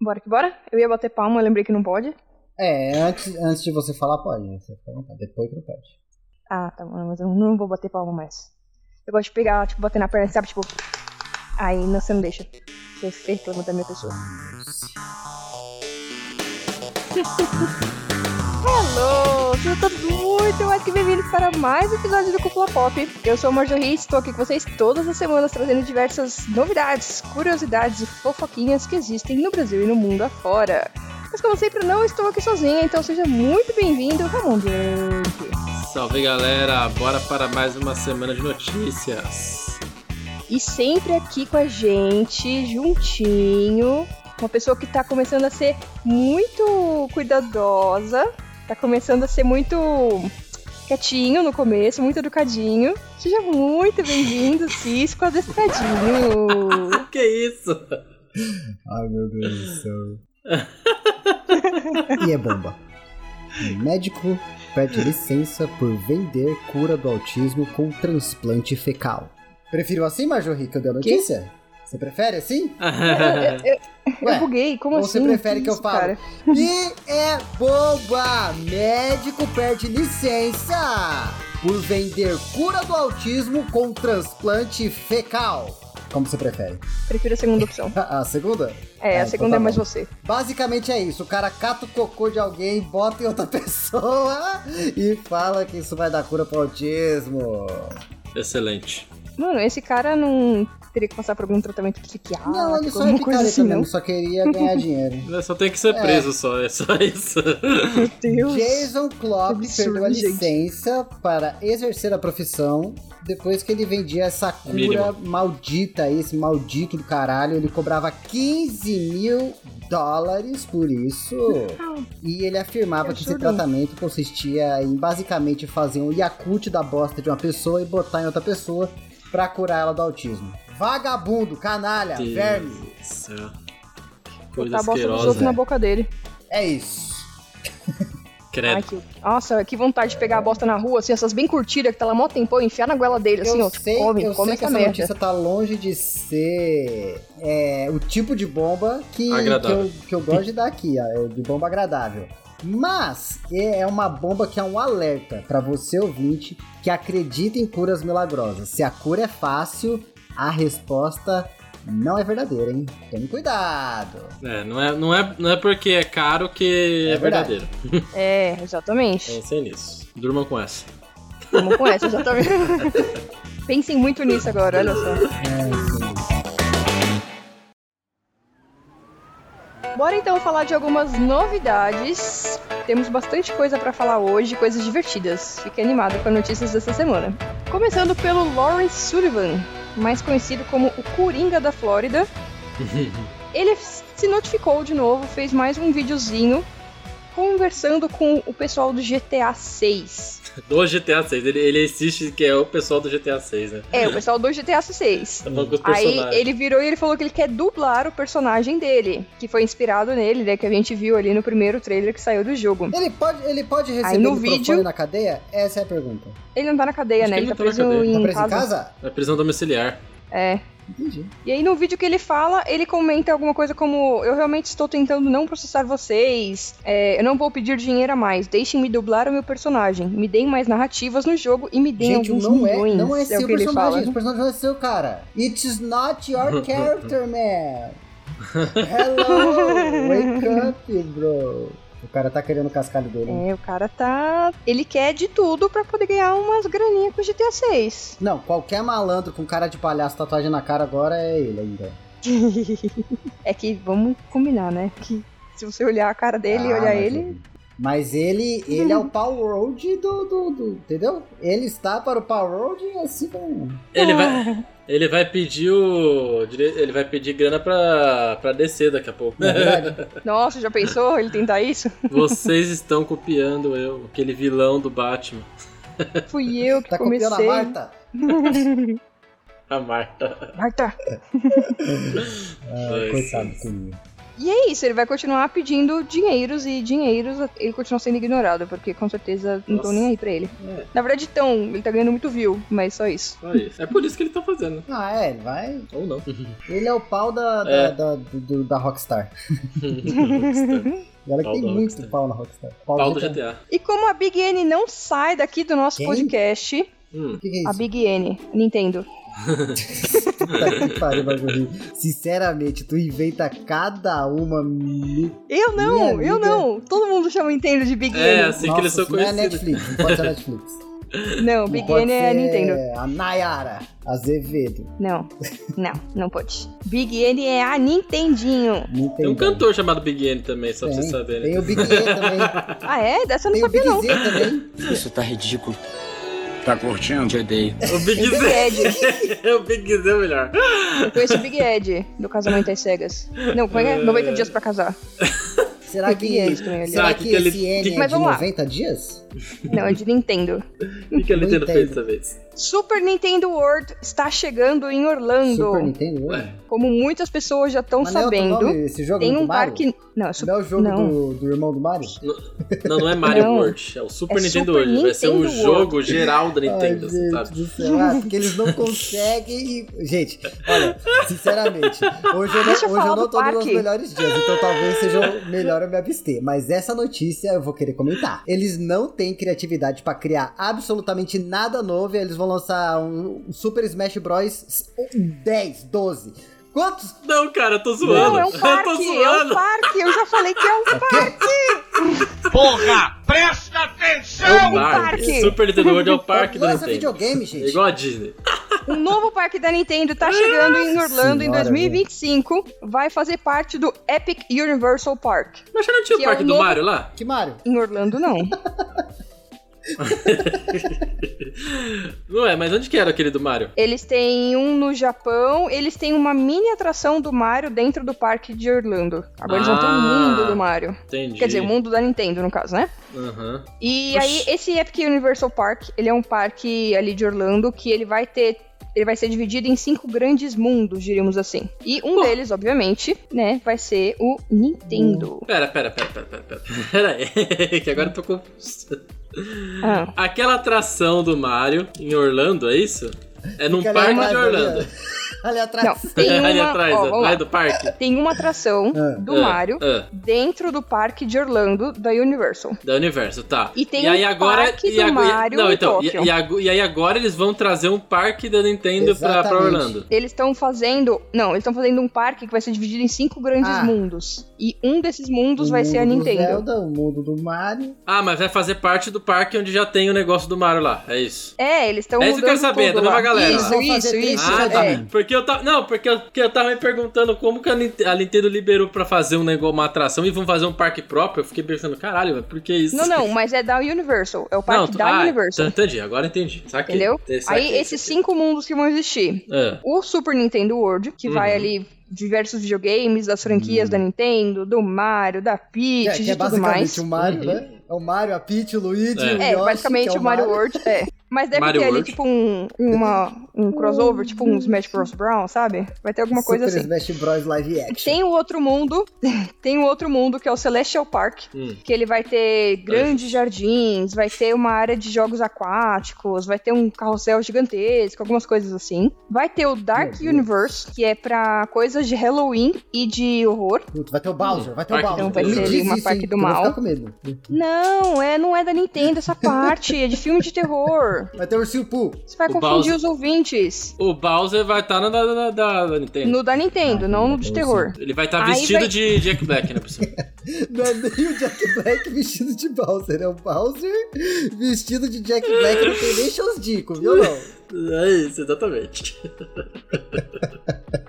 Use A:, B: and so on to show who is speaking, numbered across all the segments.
A: Bora que bora? Eu ia bater palma, eu lembrei que não pode.
B: É, antes, antes de você falar, pode. né? Você fica à vontade. Depois que não pode.
A: Ah, tá bom, mas eu não vou bater palma mais. Eu gosto de pegar, tipo, bater na perna, sabe? Tipo. Aí não, você não deixa. Você reclama da minha pessoa.
B: um
A: Hello! Sejam todos muito mais que bem-vindos para mais um episódio do Cúpula Pop. Eu sou a Marjorie e estou aqui com vocês todas as semanas trazendo diversas novidades, curiosidades e fofoquinhas que existem no Brasil e no mundo afora. Mas como sempre, não estou aqui sozinha, então seja muito bem-vindo, Ramon Bianchi.
C: Salve galera, bora para mais uma semana de notícias.
A: E sempre aqui com a gente, juntinho, uma pessoa que tá começando a ser muito cuidadosa, tá começando a ser muito quietinho no começo, muito educadinho. Seja muito bem-vindo, Cisco Adestradinho.
C: Que isso?
B: Ai, meu Deus do céu. e é bomba. Um Médico pede licença por vender cura do autismo com transplante fecal. Prefiro assim, Marjorie, que eu dei a
A: Que?
B: notícia? Você prefere assim?
A: Eu, eu- eu
B: Ué,
A: buguei, como
B: ou
A: assim?
B: você prefere que eu
A: isso,
B: fale?
A: cara?
B: E é bomba! Médico perde licença por vender cura do autismo com transplante fecal. Como você prefere?
A: Prefiro a segunda opção.
B: A a segunda?
A: É,
B: É,
A: a
B: então
A: segunda
B: tá
A: é mais
B: bom.
A: você.
B: Basicamente é isso. O cara cata o cocô de alguém, bota em outra pessoa e fala que isso vai dar cura pro autismo.
C: Excelente.
A: Mano, esse cara não teria que passar por algum tratamento psiquiátrico,
B: não, ele só é
A: Ah, alguma coisa
B: picareta
A: assim, não.
B: mesmo, só queria ganhar dinheiro.
C: Eu Só tem que ser
B: É.
C: preso só, é só isso.
A: Meu Deus.
B: Jason Klopp
A: Que absurdo,
B: perdeu a
A: gente.
B: licença para exercer a profissão depois que ele vendia essa cura
C: Mínimo.
B: maldita aí, esse maldito do caralho. Ele cobrava 15 mil dólares por isso. E ele afirmava
A: Eu
B: que esse
A: juro.
B: tratamento consistia em basicamente fazer um Yakut da bosta de uma pessoa e botar em outra pessoa pra curar ela do autismo. Vagabundo, canalha,
C: Deus
B: verme.
C: do céu. Coisa
A: Botar a bosta dos
C: asquerosa.
A: outros na boca dele.
B: É isso.
C: Credo.
A: Ai, que... Nossa, que vontade de pegar a bosta na rua, assim, essas bem curtidas que tá lá mó tempão, enfiar na goela dele, assim,
B: eu
A: ó. tipo,
B: sei,
A: come,
B: eu
A: come
B: sei
A: essa
B: que essa
A: merda.
B: notícia tá longe de ser é, o tipo de bomba que, que,
C: Agradável.
B: eu, que eu gosto de dar aqui, ó, é de bomba agradável. Mas é uma bomba que é um alerta pra você ouvinte que acredita em curas milagrosas. Se a cura é fácil, a resposta não é verdadeira, hein? Tome cuidado.
C: É, não, é, não, é, não é porque é caro que
B: É
C: é,
B: verdade.
C: verdadeiro.
A: É, exatamente.
C: Pensem nisso. Durmam com essa.
A: Vamos com essa, exatamente. Pensem muito nisso agora, olha só. Bora então falar de algumas novidades. Temos bastante coisa pra falar hoje, coisas divertidas. Fique animado com as notícias dessa semana. Começando pelo Lawrence Sullivan, mais conhecido como o Coringa da Flórida. Ele se notificou de novo, fez mais um videozinho conversando com o pessoal do GTA 6.
C: Do GTA 6, ele, ele existe que é o pessoal do GTA 6, né?
A: É, o pessoal do GTA 6.
C: Tá falando com os
A: Aí
C: personagens.
A: ele virou e ele falou que ele quer dublar o personagem dele, que foi inspirado nele, né? Que a gente viu ali no primeiro trailer que saiu do jogo.
B: Ele pode, ele pode receber
A: no
B: o microfone
A: vídeo-
B: na cadeia? Essa é a pergunta.
A: Ele não tá na cadeia,
C: Acho
A: né?
C: que
A: Ele
C: ele
A: tá
C: não tá na
A: preso
C: cadeia.
B: Tá
A: em
B: preso
A: casa.
B: em casa?
C: É prisão domiciliar.
A: É.
B: Entendi.
A: E aí no vídeo que ele fala, ele comenta alguma coisa como: Eu realmente estou tentando não processar vocês, é, eu não vou pedir dinheiro a mais, deixem-me dublar o meu personagem, me deem mais narrativas no jogo e me deem
B: Gente,
A: alguns
B: não é,
A: milhões.
B: não é,
A: o
B: seu
A: que ele fala.
B: personagem, o personagem é seu, cara. It's not your character, man. Hello, wake up, bro. O cara tá querendo o cascalho dele. né?
A: É, o cara tá. Ele quer de tudo pra poder ganhar umas graninhas com o GTA 6.
B: Não, qualquer malandro com cara de palhaço, tatuagem na cara agora é ele ainda.
A: é que vamos combinar, né? Que se você olhar a cara dele e
B: Ah,
A: olhar
B: mas
A: ele.
B: Mas ele, ele é o Power Road do, do, do- Entendeu? Ele está para o Power Road assim como.
C: Ele vai,
A: "Ah,
C: ele vai pedir o. dire- Ele vai pedir grana pra, pra descer daqui a pouco.
B: Na é verdade,
A: Nossa, já pensou ele tentar isso?
C: Vocês estão copiando eu, aquele vilão do Batman,
A: Fui eu que
B: tá
A: comecei.
B: copiando a Marta?
C: a Marta.
A: Marta.
B: Ah,
A: tá.
C: Dois.
B: coitado do Coringa.
A: E é isso, ele vai continuar pedindo dinheiros e dinheiros, ele continua sendo ignorado, porque com certeza não estão
C: Nossa.
A: nem aí pra ele.
C: É,
A: Na verdade, estão, ele tá ganhando muito view, mas só isso.
C: só isso. É por isso que ele tá fazendo.
B: Ah, é, ele vai.
C: Ou não.
B: Ele é o pau da, da,
C: É.
B: da, do- do- da Rockstar. E olha que
C: Pau
B: tem
C: da
B: muito
C: Rockstar.
B: pau na Rockstar.
C: Pau do
B: GTA.
C: GTA.
A: E como a Big N não sai daqui do nosso
B: Quem?
A: podcast,
C: Hum.
B: O que, que é
A: a
B: isso?
A: Big N, Nintendo.
B: Puta que pariu, bagulho. Sinceramente, tu inventa cada uma. mi-
A: Eu não,
B: Minha
A: eu
B: amiga.
A: não. Todo mundo chama Nintendo de Big
C: É,
A: N.
C: assim que eles são
B: isso não é
C: conhecidos.
B: Netflix, não pode ser Netflix.
A: Não,
B: Não
A: Big
B: pode
A: N é a
B: ser
A: Nintendo.
B: A Nayara Azevedo.
A: Não, não, não pode. Big N é a Nintendinho.
C: Tem
B: Nintendo.
C: um cantor chamado Big N também, só pra
B: Tem.
C: vocês saberem.
B: Tem o Big E também.
A: Ah, é? Dessa eu não
B: Tem
A: sabia,
B: o Big
A: não.
B: Z também.
D: Isso tá ridículo.
E: Tá curtindo?
D: Te odeio.
C: O
A: Tem
C: Big
A: Big
C: Z.
A: Ed.
C: É o Big Z é o melhor.
A: Eu conheço o Big Ed, do Casamento às Cegas. Não, como é que é? 90 dias pra casar.
B: Será que,
A: Big E também, ali.
B: será
C: Ah,
B: que,
C: que que ele-
B: esse N
C: que-
B: é
A: Mas
B: de
A: vamos lá.
B: 90 dias?
A: Não, é de Nintendo.
C: O que, que a
B: Não
C: Nintendo fez
B: entendo.
C: dessa vez?
A: Super Nintendo World está chegando em Orlando.
B: Super Nintendo? né?
C: Ué,
A: Como muitas pessoas já estão
B: Mas não é outro
A: sabendo,
B: nome esse jogo
A: tem
B: do
A: um
B: Mario?
A: parque. Não, é Super
B: Não é o jogo
A: Não.
B: do, do irmão do Mario?
C: Não, não é Mario
A: Não.
C: World, é o Super
A: É
C: Nintendo
A: Super
C: World. Vai ser o
A: Nintendo
C: jogo geral da
B: Ai,
C: Nintendo, assim,
B: gente
C: sabe?
B: do céu, ah, porque eles não conseguem. e- Gente, olha, sinceramente, hoje eu não,
A: Deixa eu
B: hoje
A: falar
B: eu não
A: do
B: tô nos meus
A: parque.
B: melhores dias, então talvez seja melhor eu me abster. Mas essa notícia eu vou querer comentar. Eles não têm criatividade pra criar absolutamente nada novo e eles vão lançar um Super Smash Bros. 10, 12. Quantos?
C: Não, cara, eu tô zoando.
A: Não, é um
C: eu tô
A: parque, é um
C: zoando.
A: parque. Eu já falei que é um
E: Porra, presta atenção!
C: um
A: é parque.
C: Super Nintendo World é o parque da
B: Lança
C: Nintendo.
B: videogame, gente.
C: É igual a Disney.
A: Um novo parque da Nintendo tá chegando em Orlando em
B: Senhora,
A: 2025. Vai fazer parte do Epic Universal Park.
C: Mas já não tinha
A: Que
C: o
A: é
C: parque
A: o
C: do
A: novo-
C: Mario lá?
B: Que Mario?
A: Em Orlando, não.
C: Não é, mas onde que era aquele do Mario?
A: Eles têm um no Japão, eles têm uma mini atração do Mario dentro do parque de Orlando. Agora eles vão ter um
C: Ah.
A: mundo do Mario.
C: Entendi.
A: Quer dizer, um- o mundo da Nintendo, no caso, né?
C: Aham.
A: E
C: Oxi.
A: aí, esse Epic Universal Park, ele é um parque ali de Orlando que ele vai ter. Ele vai ser dividido em cinco grandes mundos, diríamos assim. E um deles, obviamente, né, vai ser o Nintendo.
C: Pera, pera, pera, pera, pera, pera. Pera aí, que agora eu tô confuso. Hum.
A: Ah.
C: Aquela atração do Mario em Orlando, é isso? É num
B: Fica ali
C: parque de
B: atrás,
C: Orlando.
B: Ali, ali
A: Não, um
B: atrás.
A: tem uma,
C: ali atrás,
A: ó, vamos lá.
C: atrás do parque.
A: Tem uma atração
B: Ah.
A: do
C: Ah,
A: Mario
C: ah,
A: dentro do parque de Orlando da Universal.
C: da Universo, tá.
A: E tem
C: e aí
A: um
C: agora,
A: parque
C: e
A: do
C: agu-
A: Mario
C: não,
A: em
C: então, e,
A: Tóquio.
C: e agu- e aí agora eles vão trazer um parque da Nintendo pra, pra
B: Exatamente.
C: Orlando.
A: Eles estão fazendo. Não, eles estão fazendo um parque que vai ser dividido em cinco grandes
B: Ah.
A: mundos. E um desses mundos
B: O
A: vai ser a
B: mundo do
A: Nintendo.
B: Zelda, o mundo do Mario.
C: Ah, mas vai fazer parte do parque onde já tem o negócio do Mario lá, é isso.
A: É, eles estão.
C: É isso que eu quero saber, da mesma galera.
A: Isso,
B: Vão
A: isso,
B: fazer três
A: isso.
C: Ah, tá.
A: é.
B: exatamente.
C: Porque eu tava. Não, porque eu, porque eu tava me perguntando como que a, Ninte- a Nintendo liberou pra fazer um negócio, uma atração e vão fazer um parque próprio. Eu fiquei pensando, caralho, mas por que isso?
A: Não, não, mas é da Universal. É o parque
C: tu-
A: da
C: ah,
A: Universal.
C: tá, Entendi, agora entendi. Saquei.
A: Entendeu?
C: Saquei,
A: Aí, esses
C: saquei.
A: cinco mundos que vão existir.
C: Ah,
A: O Super Nintendo World, que
C: Uhum.
A: vai ali diversos videogames das franquias da Nintendo, do Mario, da Peach,
B: É, que
A: de
B: é
A: tudo
B: basicamente
A: mais.
B: o Mario, né? É o Mario, a Peach, o Luigi,
C: Uhum. É.
B: o Yoshi,
A: É,
B: que
A: basicamente
B: é
A: o Mario World, é. Mas deve
C: Mario
A: ter ali,
C: World.
A: tipo, um, uma, um crossover, tipo um Smash Bros. Brown, sabe? Vai ter alguma coisa
B: Super
A: assim.
B: Smash Bros. Live Action.
A: Tem o outro mundo, tem o outro mundo que é o Celestial Park,
C: hum.
A: que ele vai ter grandes jardins, vai ter uma área de jogos aquáticos, vai ter um carrossel gigantesco, algumas coisas assim. Vai ter o Dark
B: Meu Deus.
A: Universe, que é pra coisas de Halloween e de horror.
B: Puta, vai ter o Bowser, vai ter o Bowser.
C: Parque do Então vai Bowser. ser
B: Me
A: ali
B: diz
A: uma
B: isso,
A: parte
B: hein,
A: do
B: que eu vou
A: mal.
B: ficar com medo.
A: Não, é, não é da Nintendo essa parte, é de filme de terror.
B: Vai ter o Ursinho Poo.
A: Você vai
C: O
A: confundir
C: Bowser.
A: os ouvintes.
C: O Bowser vai estar na, na- na- da- da Nintendo.
A: No da Nintendo, não no de terror.
C: Ele vai estar
A: Aí
C: vestido
A: vai-
C: de Jack Black, né, por cima.
B: Não é nem o Jack Black vestido de Bowser, é o Bowser vestido de Jack Black. Não tem nem seus dicos, viu, não?
C: É isso, exatamente.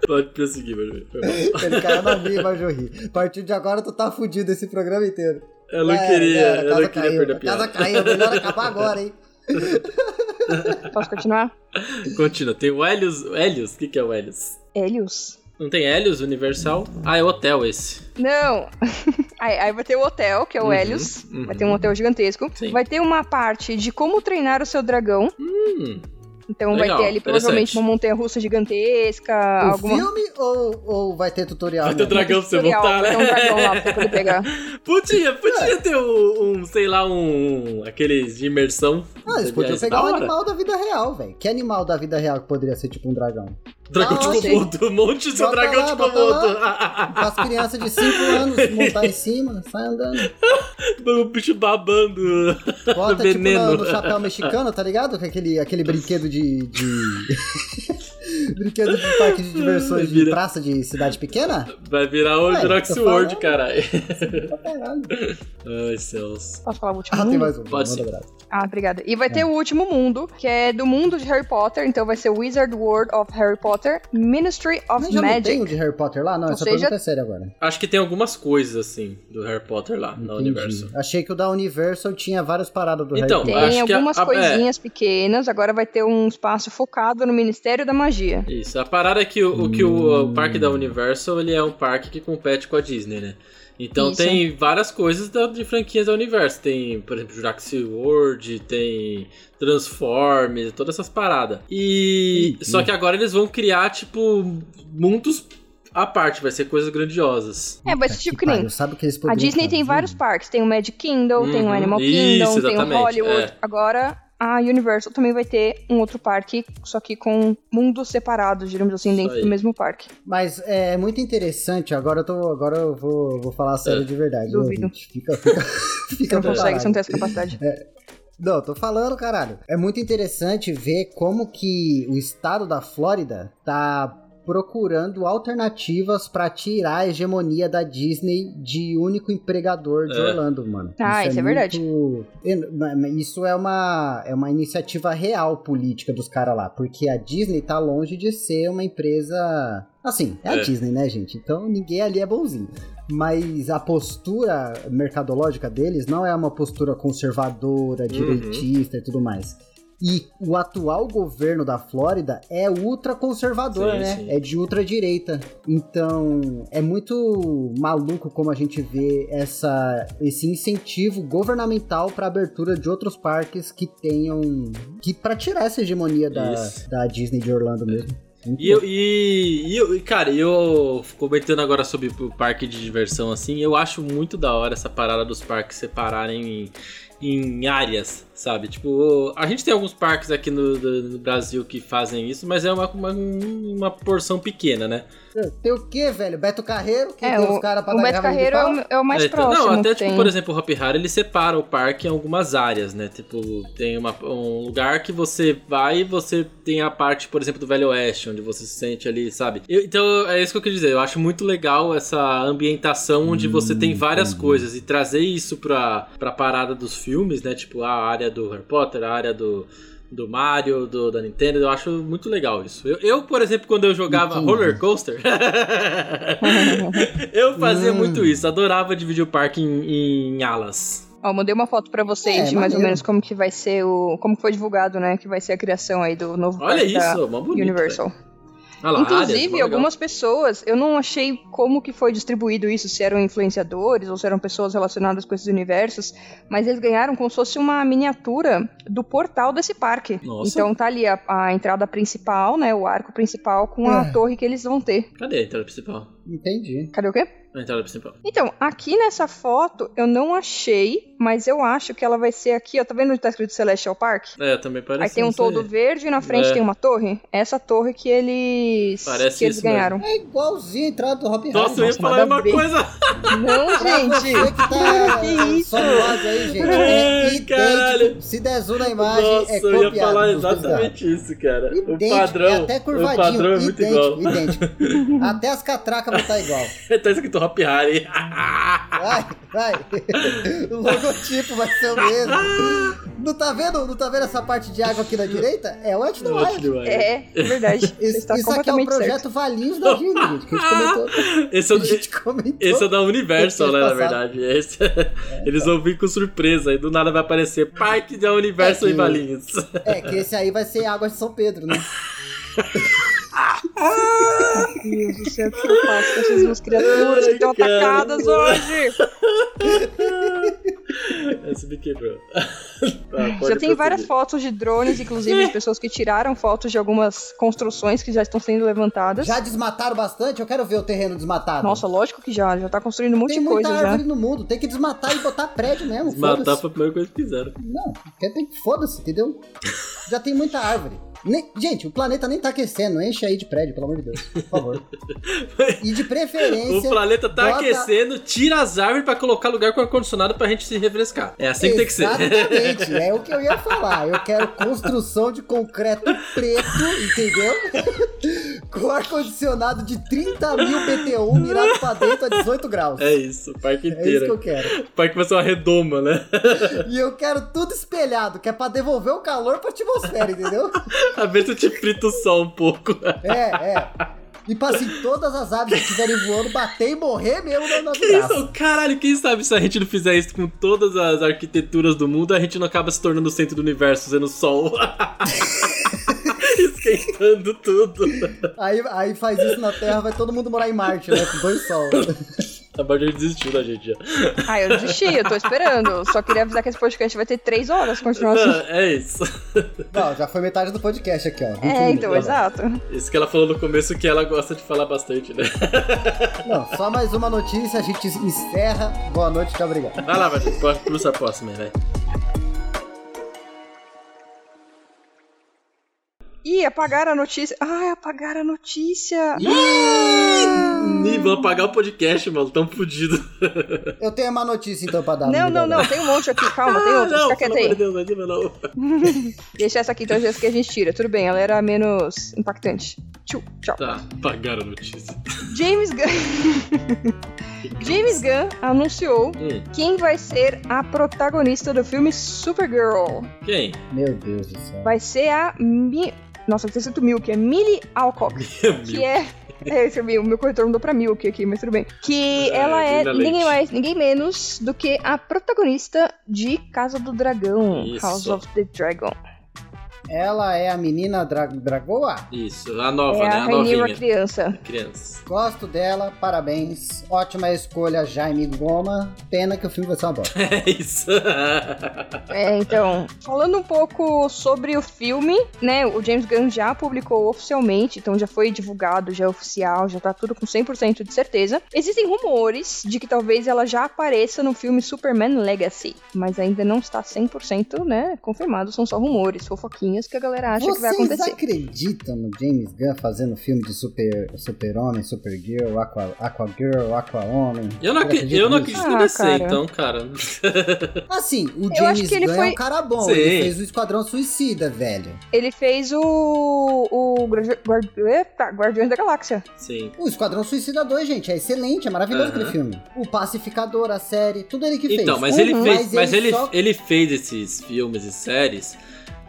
C: Pode prosseguir, meu irmão. Foi mal.
B: Ele caiu na minha, mas eu ri. A partir de agora, tu tá fudido esse programa inteiro.
C: Eu não
B: É,
C: queria,
B: galera, a
C: eu não
B: casa
C: queria
B: caiu,
C: perder a
B: a casa
C: piada.
B: caiu, melhor acabar agora, hein?
A: Posso continuar?
C: Continua, tem o Helios. Helios? O que, que é o Helios?
A: Helios?
C: Não tem Helios Universal? Ah, é hotel esse.
A: Não! aí, aí vai ter o hotel, que é o
C: Uhum,
A: Helios.
C: uhum.
A: Vai ter um hotel gigantesco.
C: Sim.
A: Vai ter uma parte de como treinar o seu dragão.
C: Hum,
A: Então vai
C: Legal,
A: ter ali provavelmente
C: interessante.
A: uma montanha russa gigantesca,
B: O
A: alguma.
B: filme ou, ou vai ter tutorial?
C: Vai ter o
B: mesmo?
C: dragão pra você
A: tutorial,
C: voltar,
A: vai ter
C: né?
A: um dragão lá pra você poder pegar.
C: Podia,
B: É.
C: podia ter um, um, sei lá, um. aqueles de imersão.
B: Não, eles podiam
C: Aliás,
B: pegar
C: da
B: um
C: hora.
B: animal da vida real, velho. Que animal da vida real que poderia ser tipo um dragão?
C: Dragão
B: Ah,
C: de
B: sim.
C: Komodo, um monte de
B: Bota
C: dragão
B: lá,
C: de
B: bota
C: Komodo.
B: As crianças de 5 anos montar em cima, sai andando.
C: o um bicho babando.
B: Bota tipo
C: veneno.
B: no, no chapéu mexicano, tá ligado? Com aquele, aquele brinquedo de. de- brinquedo de parque de diversões de
C: Vira.
B: praça de cidade pequena?
C: Vai virar o
B: Ué,
C: Drox
B: tô
C: World,
B: falando.
C: caralho.
B: Pra caralho.
C: Ai, céus.
A: Posso falar o último
B: Ah, tem
A: mundo?
B: mais É. um.
C: Pode
B: manda
C: sim.
B: abraço.
A: Ah, obrigada. E vai ter o último mundo, que é do mundo de Harry Potter, então vai ser Wizard World of Harry Potter, Ministry of
B: Mas já não tem
A: Magic.
B: um de Harry Potter lá? Não,
A: Ou
B: essa
A: seja-
B: pergunta é séria agora.
C: Acho que tem algumas coisas, assim, do Harry Potter lá, no
B: Entendi.
C: universo.
B: Achei que o da Universal tinha várias paradas do
C: Então,
B: Harry Potter.
C: eu acho
A: Tem
C: que
A: algumas
C: a- a-
A: coisinhas pequenas, agora vai ter um espaço focado no Ministério da Magia.
C: Isso, a parada é que, o, o que o, o parque da Universal, ele é um parque que compete com a Disney, né? Então
A: Isso.
C: tem várias coisas da- de franquias da Universo. Tem, por exemplo, Jurassic World, tem Transformers, todas essas paradas. E
B: Uhum.
C: só que agora eles vão criar tipo mundos à parte, vai ser coisas grandiosas.
A: É, vai
B: Puta
A: ser tipo que
B: que
A: nem
B: pariu, sabe o que eles
A: A
B: poderiam
A: Disney tem
B: fazer?
A: vários parques. Tem o Magic Kingdom, tem o
C: Uhum,
A: Animal
C: isso,
A: Kingdom, tem o
C: exatamente,
A: Hollywood.
C: é.
A: Agora a Universal também vai ter um outro parque, só que com mundos separados, digamos assim,
C: Isso
A: dentro
C: aí.
A: do mesmo parque.
B: Mas é muito interessante, agora eu, tô, agora eu vou, vou falar sério
C: É.
B: de verdade.
A: Duvido.
B: ouvinte. Fica, fica,
A: Você
B: fica
A: não consegue,
B: preparado.
A: você não tem essa capacidade.
B: É, Não, tô falando, caralho. É muito interessante ver como que o estado da Flórida tá procurando alternativas pra tirar a hegemonia da Disney de único empregador de
C: É.
B: Orlando, mano.
A: Ah, isso é verdade.
B: muito- en- Isso é uma, é uma iniciativa real política dos caras lá, porque a Disney tá longe de ser uma empresa... Assim, é a
C: É.
B: Disney, né, gente? Então ninguém ali é bonzinho. Mas a postura mercadológica deles não é uma postura
C: Uhum.
B: conservadora, direitista e tudo mais. E o atual governo da Flórida é ultraconservador,
C: Sim,
B: né?
C: sim.
B: É de ultradireita. Então, é muito maluco como a gente vê essa, esse incentivo governamental para abertura de outros parques que tenham. que para tirar essa hegemonia da,
C: Isso.
B: da Disney de Orlando mesmo. Muito
C: E, eu, e, e eu- e, cara, eu comentando agora sobre o parque de diversão, assim, eu acho muito da hora essa parada dos parques separarem em, em áreas, sabe? Tipo, a gente tem alguns parques aqui no, do- no Brasil que fazem isso, mas é uma, uma, uma porção pequena, né?
B: bom. Tem o quê, velho? Beto Carreiro? Que
A: É,
B: tem os caras pra
A: O
B: dar
A: Beto
B: garrafa de
A: Carreiro é
B: pau?
A: o, é o mais
C: É, então-
A: próximo.
C: Não, até,
A: que
C: tipo,
A: tem.
C: por exemplo, o Hopi Hari, ele separa o parque em algumas áreas, né? Tipo, tem uma- um lugar que você vai e você tem a parte, por exemplo, do Velho Oeste, onde você se sente ali, sabe? Eu- então, é isso que eu queria dizer. Eu acho muito legal essa ambientação onde você tem várias coisas e trazer isso pra, pra parada dos filmes, né? Tipo, a área do Harry Potter, a área do... Do Mario, do, da Nintendo, eu acho muito legal isso. Eu, eu, por exemplo, quando eu jogava
B: Entendi.
C: roller coaster, Eu fazia
B: Hum.
C: muito isso, adorava dividir o parque em, em alas.
A: Ó, eu mandei uma foto pra vocês
B: É,
A: de mais ou
B: maneiro.
A: menos como que vai ser o. como que foi divulgado, né? Que vai ser a criação aí do novo
C: Olha
A: parque da
C: isso, mó bonito.
A: Universal.
C: velho. Olha lá, áreas, mó
A: Inclusive,
C: legal.
A: algumas pessoas, eu não achei como que foi distribuído isso, se eram influenciadores ou se eram pessoas relacionadas com esses universos, mas eles ganharam como se fosse uma miniatura do portal desse parque.
C: Nossa.
A: Então tá ali a, a entrada principal, né, o arco principal com a
B: É.
A: torre que eles vão ter.
C: Cadê a entrada principal?
B: Entendi.
A: Cadê o quê?
C: A entrada principal.
A: Então, aqui nessa foto eu não achei, mas eu acho que ela vai ser aqui, ó, tá vendo onde tá escrito Celestial Park?
C: É, também parece.
A: Aí tem um
C: isso
A: todo
C: aí.
A: verde e na frente
C: É.
A: tem uma torre. Essa torre que eles
C: Parece
A: que eles
C: isso mesmo.
A: ganharam.
B: É igualzinho a entrada do Hop
C: Nossa, eu ia falar a
A: nada a
C: mesma
A: ver.
C: coisa.
A: Não, gente.
B: Você que tá
A: Que é isso?
B: só no lado aí, gente.
C: Ai,
B: É idêntico.
C: caralho.
B: Se der zoom na imagem,
C: Nossa,
B: é copiado.
C: eu ia falar
B: dos dois lados.
C: exatamente isso, cara.
B: Idêntico,
C: o padrão.
B: é até curvadinho.
C: o padrão é muito
B: idêntico,
C: igual.
B: idêntico. até as catracas vão estar igual.
C: tá escrito Hop Hari.
B: Vai, vai. O logotipo vai ser o mesmo. Não tá vendo? Não tá vendo essa parte de água aqui da direita? É o Antes do
C: Nossa,
B: Wild.
C: demais.
A: É, é verdade. Você
B: Isso,
A: está
B: isso aqui é um
A: completamente
B: projeto
A: certo.
B: Valinhos da Disney, gente, que a gente comentou.
C: Esse é
B: A
C: o,
B: gente comentou.
C: Esse é o da Universal, né, na
B: Passado. É, então.
C: verdade. Esse- Eles vão vir com surpresa e do nada vai aparecer Parque da Universal
B: É que-
C: e Valinhos.
B: É, que esse aí vai ser Água de São Pedro, né?
A: Meu Deus do céu, o que eu faço com essas minhas criaturas que estão
C: Ai, cara.
A: atacadas hoje?
C: Esse me quebrou.
A: Já tem várias fotos de drones, inclusive, de pessoas que tiraram fotos de algumas construções que já estão sendo levantadas.
B: Já desmataram bastante? Eu quero ver o terreno desmatado.
A: Nossa, lógico que já. Já tá construindo um monte
B: Tem
A: de
B: muita
A: coisa já.
B: árvore no mundo, tem que desmatar e botar prédio mesmo.
C: Matar
B: foda-se.
C: foi a primeira coisa que fizeram.
B: Não, quer ter que foda-se, entendeu? Já tem muita árvore. Nem- gente, o planeta nem tá aquecendo, enche aí de prédio, pelo amor de Deus, por favor. E de
C: O
B: preferência.
C: planeta tá
B: bota-
C: aquecendo, tira as árvores pra colocar lugar com ar-condicionado pra gente se refrescar. É assim que tem que ser.
B: Exatamente, é o que eu ia falar. Eu quero construção de concreto preto, entendeu? Com ar-condicionado de 30 mil BTU mirado pra dentro a 18 graus.
C: É isso, o parque
B: É isso que
C: inteiro.
B: eu quero.
C: O parque vai ser uma redoma, né?
B: E eu quero tudo espelhado, que é pra devolver o calor pra atmosfera, entendeu?
C: A ver se eu te frito o sol um pouco.
B: É, é. E pra assim, todas as aves que estiverem voando, bater e morrer mesmo na, na
C: Que isso?
B: vidraça.
C: Caralho, quem sabe se a gente não fizer isso com todas as arquiteturas do mundo, a gente não acaba se tornando o centro do universo, sendo o sol. Esquentando tudo.
B: Aí, aí faz isso na Terra, vai todo mundo morar em Marte, né? Com dois sol.
C: A Bárbara desistiu da gente já.
A: Ah, eu desisti, eu tô esperando. Só queria avisar que esse podcast vai ter três horas, continua assim.
C: Ah, é isso.
B: Não, já foi metade do podcast aqui, ó.
A: É,
B: 20 minutos,
C: né?
A: então,
B: vai lá.
A: exato.
C: Isso que ela falou no começo que ela gosta de falar bastante, né?
A: então.
B: Não, só mais uma notícia, a gente encerra. Boa noite, tchau, obrigado.
C: Vai lá, Bárbara, pode cruzar a próxima, velho.
A: Ih, apagaram a notícia. Ai, apagaram a notícia.
C: Ih, vão apagar o podcast, mano. Tão fudido.
B: Eu tenho uma notícia então pra dar.
A: Não, não,
B: obrigado.
A: não, tem um monte aqui, calma, tem outra,
C: Ah, não,
A: fica
C: pelo
A: quieta
C: amor de
A: aí.
C: Deus, não, não, não.
A: Deixa essa aqui, então, essa que a gente tira. Tudo bem, ela era menos impactante. Tchau, tchau.
C: Tá, apagaram a notícia.
A: James Gunn. James Gunn anunciou
C: Hum,
A: quem vai ser a protagonista do filme Supergirl.
C: quem?
B: Meu Deus do céu.
A: Vai ser a. Mi... Nossa, tem escrito Milk, é Millie Alcock. que é. É, esse é o meu, meu corretor mudou pra Milk aqui, mas tudo bem. Que
C: É,
A: ela é
C: Julia Leite.
A: ninguém mais, ninguém menos do que a protagonista de Casa do Dragão,
C: Isso.
A: House of the Dragon.
B: Ela é a menina dra Dragoa?
C: Isso, a nova,
A: é
C: né?
A: a
C: A
A: Rainha
C: novinha.
A: Criança.
C: Criança.
B: Gosto dela, parabéns. Ótima escolha, Jaime Goma. Pena que o filme vai ser uma bosta.
C: É isso.
A: É, então, falando um pouco sobre o filme, né? O James Gunn já publicou oficialmente, então já foi divulgado, já é oficial, já tá tudo com 100% de certeza. Existem rumores de que talvez ela já apareça no filme Superman Legacy, mas ainda não está 100%, né? Confirmado, são só rumores, fofoquinhas que a galera acha que vai
B: Vocês
A: acontecer.
B: acreditam no James Gunn fazendo filme de super- super-homem, Supergirl, Aqua, Aquagirl, Aqua-Homem?
C: Eu não,
B: Vocês
C: acredito, eu não
B: nisso?
C: acredito
A: Ah,
C: nesse,
A: cara.
C: então, cara.
B: Assim, o
A: Eu acho
B: James
A: que ele
B: Gunn é
A: foi-
B: um cara bom.
C: Sim.
B: Ele fez o Esquadrão Suicida, velho.
A: Ele fez o. o Guardi- Guardi- Eita, Guardiões da Galáxia.
C: Sim.
B: O Esquadrão Suicida 2, gente, é excelente, é maravilhoso
C: Aham.
B: aquele filme. O Pacificador, a série, tudo ele que fez.
C: Então, mas
A: Uhum.
C: ele fez,
B: Mas
C: mas
B: ele
C: ele,
B: só-
C: ele fez esses filmes e séries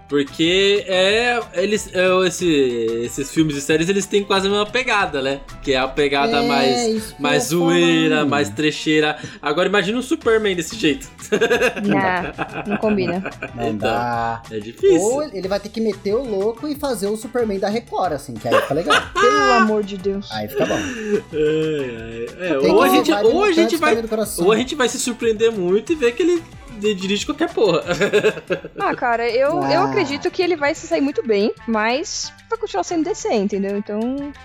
C: porque é eles é, esse, esses filmes e séries eles têm quase a mesma pegada, né? Que é a pegada
B: É,
C: mais
B: isso que
C: mais
B: eu ia
C: zoeira,
B: falar.
C: mais trecheira. Agora imagina um Superman desse jeito.
A: Não, não combina.
B: Não
C: Então,
B: dá.
C: É difícil.
B: Ou ele vai ter que meter o louco e fazer o Superman da Record, assim, que aí fica legal.
A: Pelo amor de Deus.
B: aí fica bom.
C: É, é, é.
B: Tem
C: Ou a
B: que né?
C: gente,
B: levar
C: ou a
B: ele
C: gente
B: no
C: vai
B: caminho do coração.
C: ou a gente vai se surpreender muito e ver que ele dirige qualquer porra.
A: Ah, cara, eu,
B: Ah.
A: eu acredito que ele vai se sair muito bem, mas vai continuar sendo DC, entendeu? Então,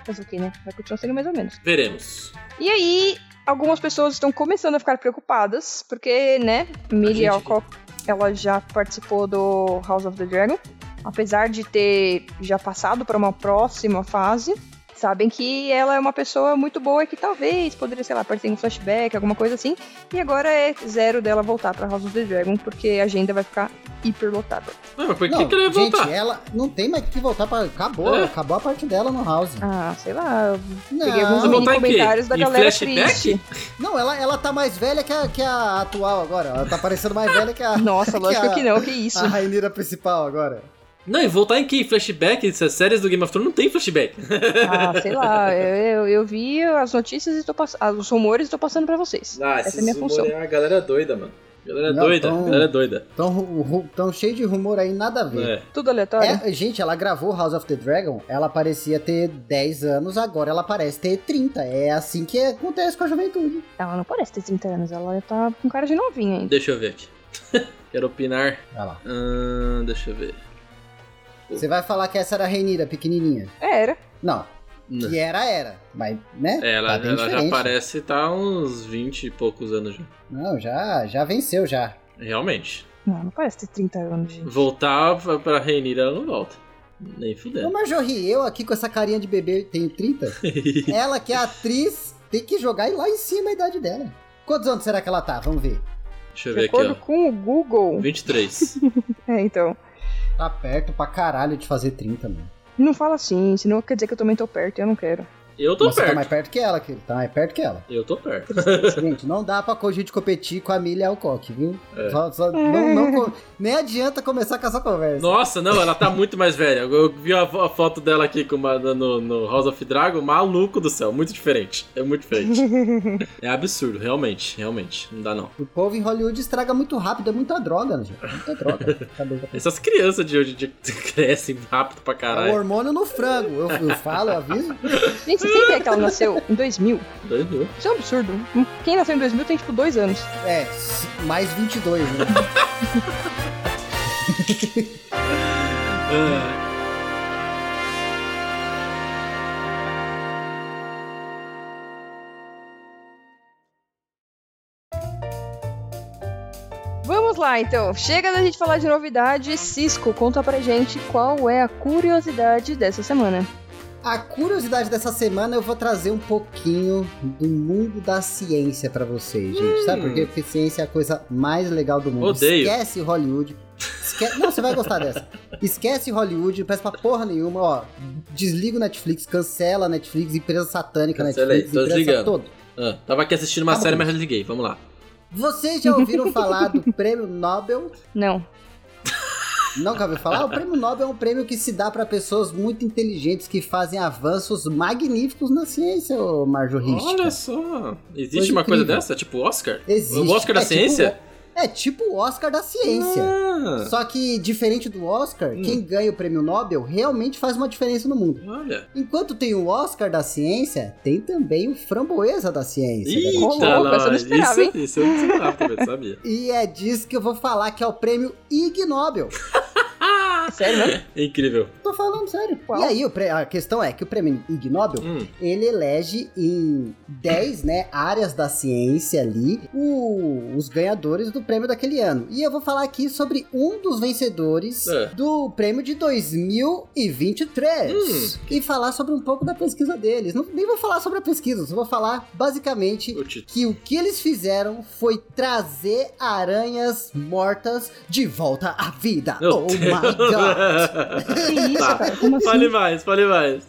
A: fazer o quê, né? Vai continuar sendo mais ou menos.
C: Veremos.
A: E aí, algumas pessoas estão começando a ficar preocupadas, porque, né, Millie
C: gente-
A: Alcock, ela já participou do House of the Dragon, apesar de ter já passado para uma próxima fase. Sabem que ela é uma pessoa muito boa e que talvez poderia, sei lá, aparecer em um flashback, alguma coisa assim. E agora é zero dela voltar pra House of the Dragon, porque a agenda vai ficar hiperlotada.
C: Não, mas por que,
B: Não,
C: que ele vai
B: gente, é.
C: voltar?
B: ela não tem mais que voltar pra. Acabou,
C: É?
B: acabou a parte dela no House.
A: Ah, sei lá, eu peguei
B: Não,
A: alguns
C: Você
A: mini
C: botar em quê?
A: comentários da
C: Em
A: galera
C: flashback?
A: triste.
B: não ela, ela tá mais velha que a, que a atual agora. Ela tá parecendo mais velha que a.
A: Nossa, lógico
B: a-
A: que não, que isso.
B: A Rainira principal agora.
C: Não, e voltar em que? Flashback? Essas séries do Game of Thrones não tem flashback.
A: Ah, sei lá, eu, eu, eu vi as notícias e tô passando. Os ah, rumores e tô passando pra vocês.
C: Ah,
A: Essa é a minha
C: humor
A: função.
C: é uma galera doida, mano. galera é
B: Não, então
C: doida,
B: tão-
C: a galera é doida.
B: Tão, ru- ru- tão cheio de rumor aí, nada a ver.
C: É.
A: Tudo aleatório.
B: É, gente, ela gravou House of the Dragon, ela parecia ter 10 anos, agora ela parece ter 30. É assim que acontece com a juventude.
A: Ela não parece ter 30 anos, ela tá com cara de novinha ainda.
C: Deixa eu ver aqui. Quero opinar.
B: Vai lá.
C: Hum, deixa eu ver.
B: Você vai falar que essa era a Reinira, pequenininha.
A: É, era.
B: Não,
C: Não.
B: que era, era. Mas, né?
C: É, Ela,
B: tá bem
C: ela já
B: diferente.
C: parece estar tá uns 20 e poucos anos já.
B: Não, já, já venceu, já.
C: Realmente.
A: Não, não parece ter 30 anos, gente.
C: Voltar pra- pra Reinira ela não volta. Nem
B: Ô,
C: fudendo.
B: Marjorie, eu aqui com essa carinha de bebê tenho 30. ela que é atriz, tem que jogar lá em cima a idade dela. Quantos anos será que ela tá? Vamos ver.
C: Deixa eu
A: De
C: ver aqui,
A: acordo
C: ó.
A: com o Google.
C: 23.
A: É, então.
B: Tá perto pra caralho de fazer 30, mano.
A: Não fala assim, senão quer dizer que eu também tô perto e eu não quero.
C: Eu tô
B: Mas Você tá mais
C: perto.
B: perto que ela, querido. Tá mais perto que ela.
C: Eu tô perto.
B: Gente, não dá pra co- gente competir com a Milha e Alcock, viu?
C: É.
B: Só- só- não- não co- nem adianta começar com essa conversa.
C: Nossa, não, ela tá muito mais velha. Eu vi a, fo- a foto dela aqui com uma- no, no House of Dragon, maluco do céu, muito diferente. É muito diferente. é absurdo, realmente, realmente. Não dá não.
B: O povo em Hollywood estraga muito rápido, é muita droga, né, gente? Muita droga. Cabeça.
C: Essas crianças de hoje em dia crescem rápido pra
B: É o
C: caralho.
B: hormônio no frango. Eu, eu falo, eu aviso.
A: Gente, vocês têm ideia que ela nasceu em 2000?
C: Doido.
A: Isso é um absurdo. Quem nasceu em 2000 tem, tipo, dois anos.
B: É, s- mais 22, né?
C: Ah,
A: Vamos lá, então. Chega da gente falar de novidade. Cisco, conta pra gente qual é a curiosidade dessa semana.
B: A curiosidade dessa semana eu vou trazer um pouquinho do mundo da ciência pra vocês, gente. Sabe por quê? Porque ciência é a coisa mais legal do mundo.
C: Hum. Odeio.
B: Esquece Hollywood. Esque- Não, você vai gostar dessa. Esquece Hollywood, não peço pra porra nenhuma, ó. Desliga o Netflix, cancela a Netflix, empresa satânica
C: Cancelei,
B: Netflix,
C: tô
B: empresa
C: desligando.
B: todo.
C: ah, tava aqui assistindo uma
B: Tá bom.
C: série, mas eu liguei. Vamos lá.
B: Vocês já ouviram falar do prêmio Nobel?
A: Não.
B: Nunca ouviu falar? O prêmio Nobel é um prêmio que se dá pra pessoas muito inteligentes que fazem avanços magníficos na ciência, ô Marjo Ristica.
C: Olha só. Existe
B: Coisa
C: uma coisa
B: incrível.
C: dessa? Tipo Oscar?
B: Existe.
C: O Oscar da
B: É tipo
C: ciência?
B: o- é tipo o Oscar da ciência.
C: Ah,
B: Só que, diferente do Oscar,
C: Hum.
B: quem ganha o prêmio Nobel realmente faz uma diferença no mundo.
C: Ah, olha.
B: Enquanto tem o Oscar da ciência, tem também o Framboesa da ciência. né?
C: Eita,
B: galera.
A: louco, essa eu não
C: nós.
A: esperava,
C: isso, é isso eu não esperava, também, sabia?
B: E é disso que eu vou falar que é o prêmio Ig Nobel.
A: É sério, né?
C: Incrível.
B: Tô falando sério.
A: Uau.
B: E aí, o pré- a questão é que o prêmio Ig Nobel
C: Hum,
B: ele elege em 10 né, áreas da ciência ali o- os ganhadores do prêmio daquele ano. E eu vou falar aqui sobre um dos vencedores
C: É.
B: do prêmio de 2023.
C: Hum.
B: E falar sobre um pouco da pesquisa deles. Não, nem vou falar sobre a pesquisa, só vou falar basicamente
C: o título.
B: que o que eles fizeram foi trazer aranhas mortas de volta à vida.
C: Meu
B: oh
C: Deus.
B: my god!
A: Que isso,
C: Tá.
A: cara? Como assim?
C: Fale mais, fale mais.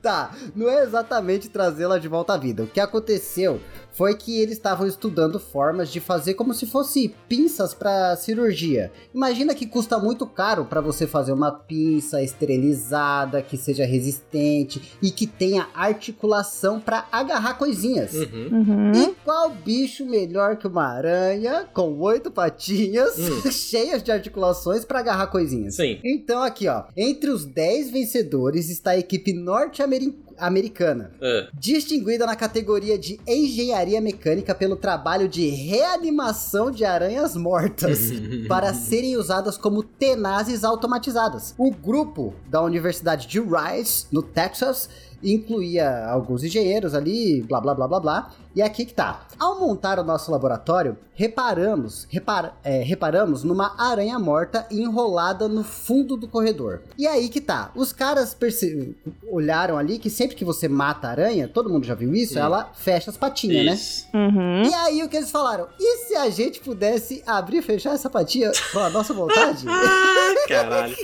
B: Tá, não é exatamente trazê-la de volta à vida. O que aconteceu foi que eles estavam estudando formas de fazer como se fosse pinças para cirurgia. Imagina que custa muito caro para você fazer uma pinça esterilizada, que seja resistente e que tenha articulação para agarrar coisinhas.
C: Uhum.
A: Uhum.
B: E qual bicho melhor que uma aranha com oito patinhas,
C: Hum.
B: cheias de articulações para agarrar coisinhas?
C: Uhum. Sim.
B: Então, aqui, ó. Entre os 10 vencedores está a equipe norte-americana.
C: É.
B: Distinguida na categoria de engenharia mecânica pelo trabalho de reanimação de aranhas mortas para serem usadas como tenazes automatizadas. O grupo da Universidade de Rice, no Texas, incluía alguns engenheiros ali, blá blá blá blá blá. E aqui que tá. Ao montar o nosso laboratório, reparamos, repara- é, reparamos numa aranha morta enrolada no fundo do corredor. E aí que tá. Os caras perce- olharam ali que sempre que você mata a aranha, todo mundo já viu isso,
C: Sim.
B: ela fecha as patinhas, né?
C: Isso.
A: Uhum.
B: E aí o que eles falaram? E se a gente pudesse abrir e fechar essa patinha com a nossa vontade?
C: Ah, caralho.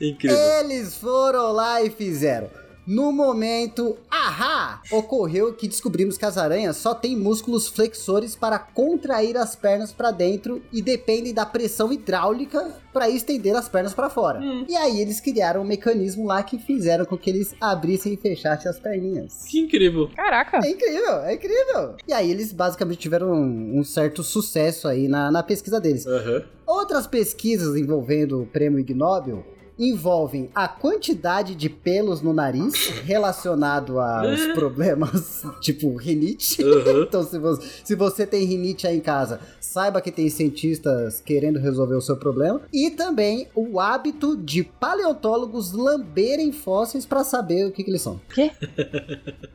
C: Incrível.
B: eles foram lá e fizeram. No momento, ahá! Ocorreu que descobrimos que as aranhas só têm músculos flexores para contrair as pernas para dentro e dependem da pressão hidráulica para estender as pernas para fora. E aí eles criaram um mecanismo lá que fizeram com que eles abrissem e fechassem as perninhas.
C: Que incrível.
A: Caraca.
B: É incrível, é incrível. E aí eles basicamente tiveram um, um certo sucesso aí na, na pesquisa deles.
C: Aham.
B: Outras pesquisas envolvendo o prêmio Ig Nobel envolvem a quantidade de pelos no nariz relacionado aos problemas tipo rinite.
C: Aham.
B: Então, se você, se você tem rinite aí em casa, saiba que tem cientistas querendo resolver o seu problema. E também o hábito de paleontólogos lamberem fósseis pra saber o que, que eles são.
A: Quê?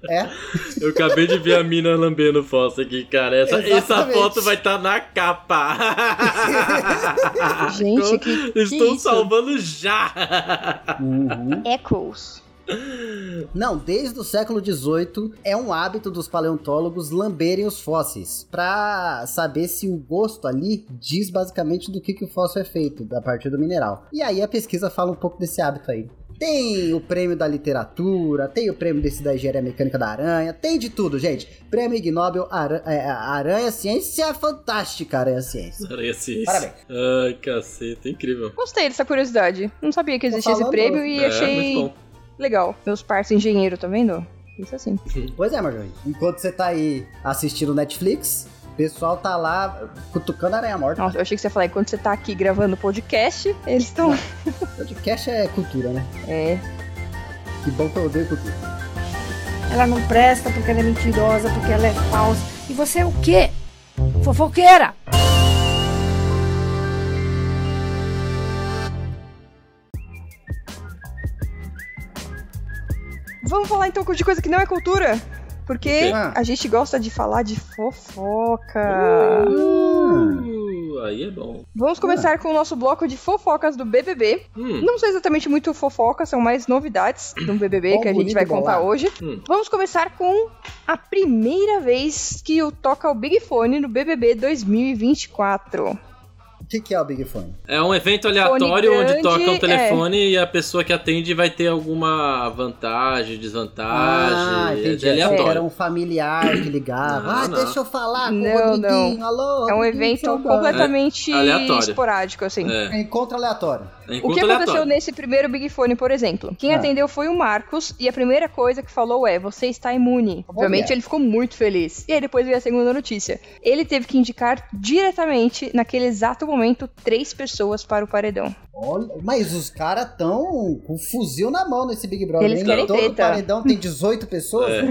B: É?
C: Eu acabei de ver a mina lambendo fossa aqui, cara. Essa, essa
B: Exatamente.
C: foto vai estar na capa.
A: Gente, que- que
C: Ah, então Estou
A: isso?
C: salvando já.
B: Uhum.
A: Echoes.
B: Não, desde o século XVIII é um hábito dos paleontólogos lamberem os fósseis pra saber se o gosto ali diz basicamente do que, que o fóssil é feito, a partir do mineral. E aí a pesquisa fala um pouco desse hábito aí. Tem o prêmio da literatura, tem o prêmio desse da engenharia mecânica da aranha, tem de tudo, gente. Prêmio Ig Nobel, aranha, aranha ciência fantástica, aranha ciência.
C: Aranha ciência.
B: Parabéns.
C: Ai, caceta, incrível.
A: Gostei dessa curiosidade. Não sabia que existia esse
B: falando.
A: prêmio e
C: é,
A: achei
C: muito bom.
A: legal. Meus parceiros engenheiro, tá vendo? Isso assim.
B: Pois é, Marjorie. Enquanto você tá aí assistindo Netflix, o pessoal tá lá cutucando a aranha
C: Ah.
B: morta.
A: Nossa, eu achei que você ia falar, enquanto você tá aqui gravando o podcast, eles estão.
B: Podcast é cultura, né?
A: É.
B: Que bom que eu odeio cultura.
D: Ela não presta porque ela é mentirosa, porque ela é falsa. E você é o quê? Fofoqueira!
A: Vamos falar então de coisa que não é cultura. Porque
B: Ah.
A: a gente gosta de falar de fofoca.
B: Ah.
C: Uh, aí é bom.
A: Vamos começar com o nosso bloco de fofocas do BBB.
C: Hum,
A: Não são exatamente muito fofocas, são mais novidades do BBB
B: Bom,
A: que a gente
B: bonito,
A: vai contar
B: bolado.
A: hoje.
C: Hum.
A: Vamos começar com a primeira vez que o toca o Big Fone no BBB 2024.
B: O que, que é o Big Fone?
C: É um evento aleatório
A: Fone
C: onde toca
A: grande, é.
C: o telefone e a pessoa que atende vai ter alguma vantagem, desvantagem. é
B: achei que Era
C: aleatório.
B: um familiar que ligava.
C: Não,
B: ah,
C: não.
B: deixa eu falar com
A: Não,
B: o Rodriguinho. Alô,
A: É um
B: Rodriguinho,
A: evento
B: saudade.
A: completamente
C: É, aleatório.
A: esporádico, assim.
C: É,
B: É Encontro aleatório.
C: é
A: O que
C: encontro
A: aconteceu
C: aleatório.
A: nesse primeiro Big Fone, por exemplo? Quem
B: Ah.
A: atendeu foi o Marcos, e a primeira coisa que falou é: você está imune.
B: Olha.
A: Obviamente ele ficou muito feliz. E aí depois veio a segunda notícia. Ele teve que indicar diretamente, naquele exato momento, três pessoas para o paredão.
B: Olha, mas os caras tão com um fuzil na mão nesse Big Brother.
A: Eles
B: hein?
A: querem
B: Todo
A: treta.
B: paredão tem 18 pessoas.
C: É,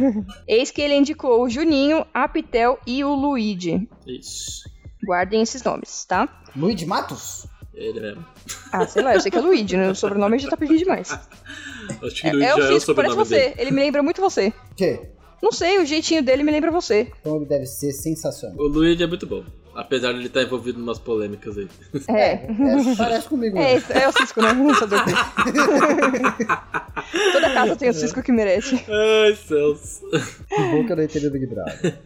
A: Eis que ele indicou o Juninho, a Pitel e o Luigi.
C: isso.
A: Guardem esses nomes, tá?
B: Luiz de Matos?
C: é Ele mesmo.
A: Ah, sei lá, eu sei que é Luigi, né? O sobrenome já tá pedindo demais.
C: Acho que
A: É,
C: Luiz
A: é
C: já
A: o
C: é o
A: Fisco, parece
C: sobrenome
A: você.
C: dele.
A: Ele me lembra muito você.
B: O quê?
A: Não sei, o jeitinho dele me lembra você.
B: Então ele deve ser sensacional.
C: O Luigi é muito bom. Apesar de ele estar envolvido em umas polêmicas aí.
A: É.
B: É, parece comigo.
A: É, isso, é o Cisco, né? Não sou do quê. Toda casa tem o Cisco que merece.
C: Ai, céus.
B: Que bom que eu não entendi o Big Brother.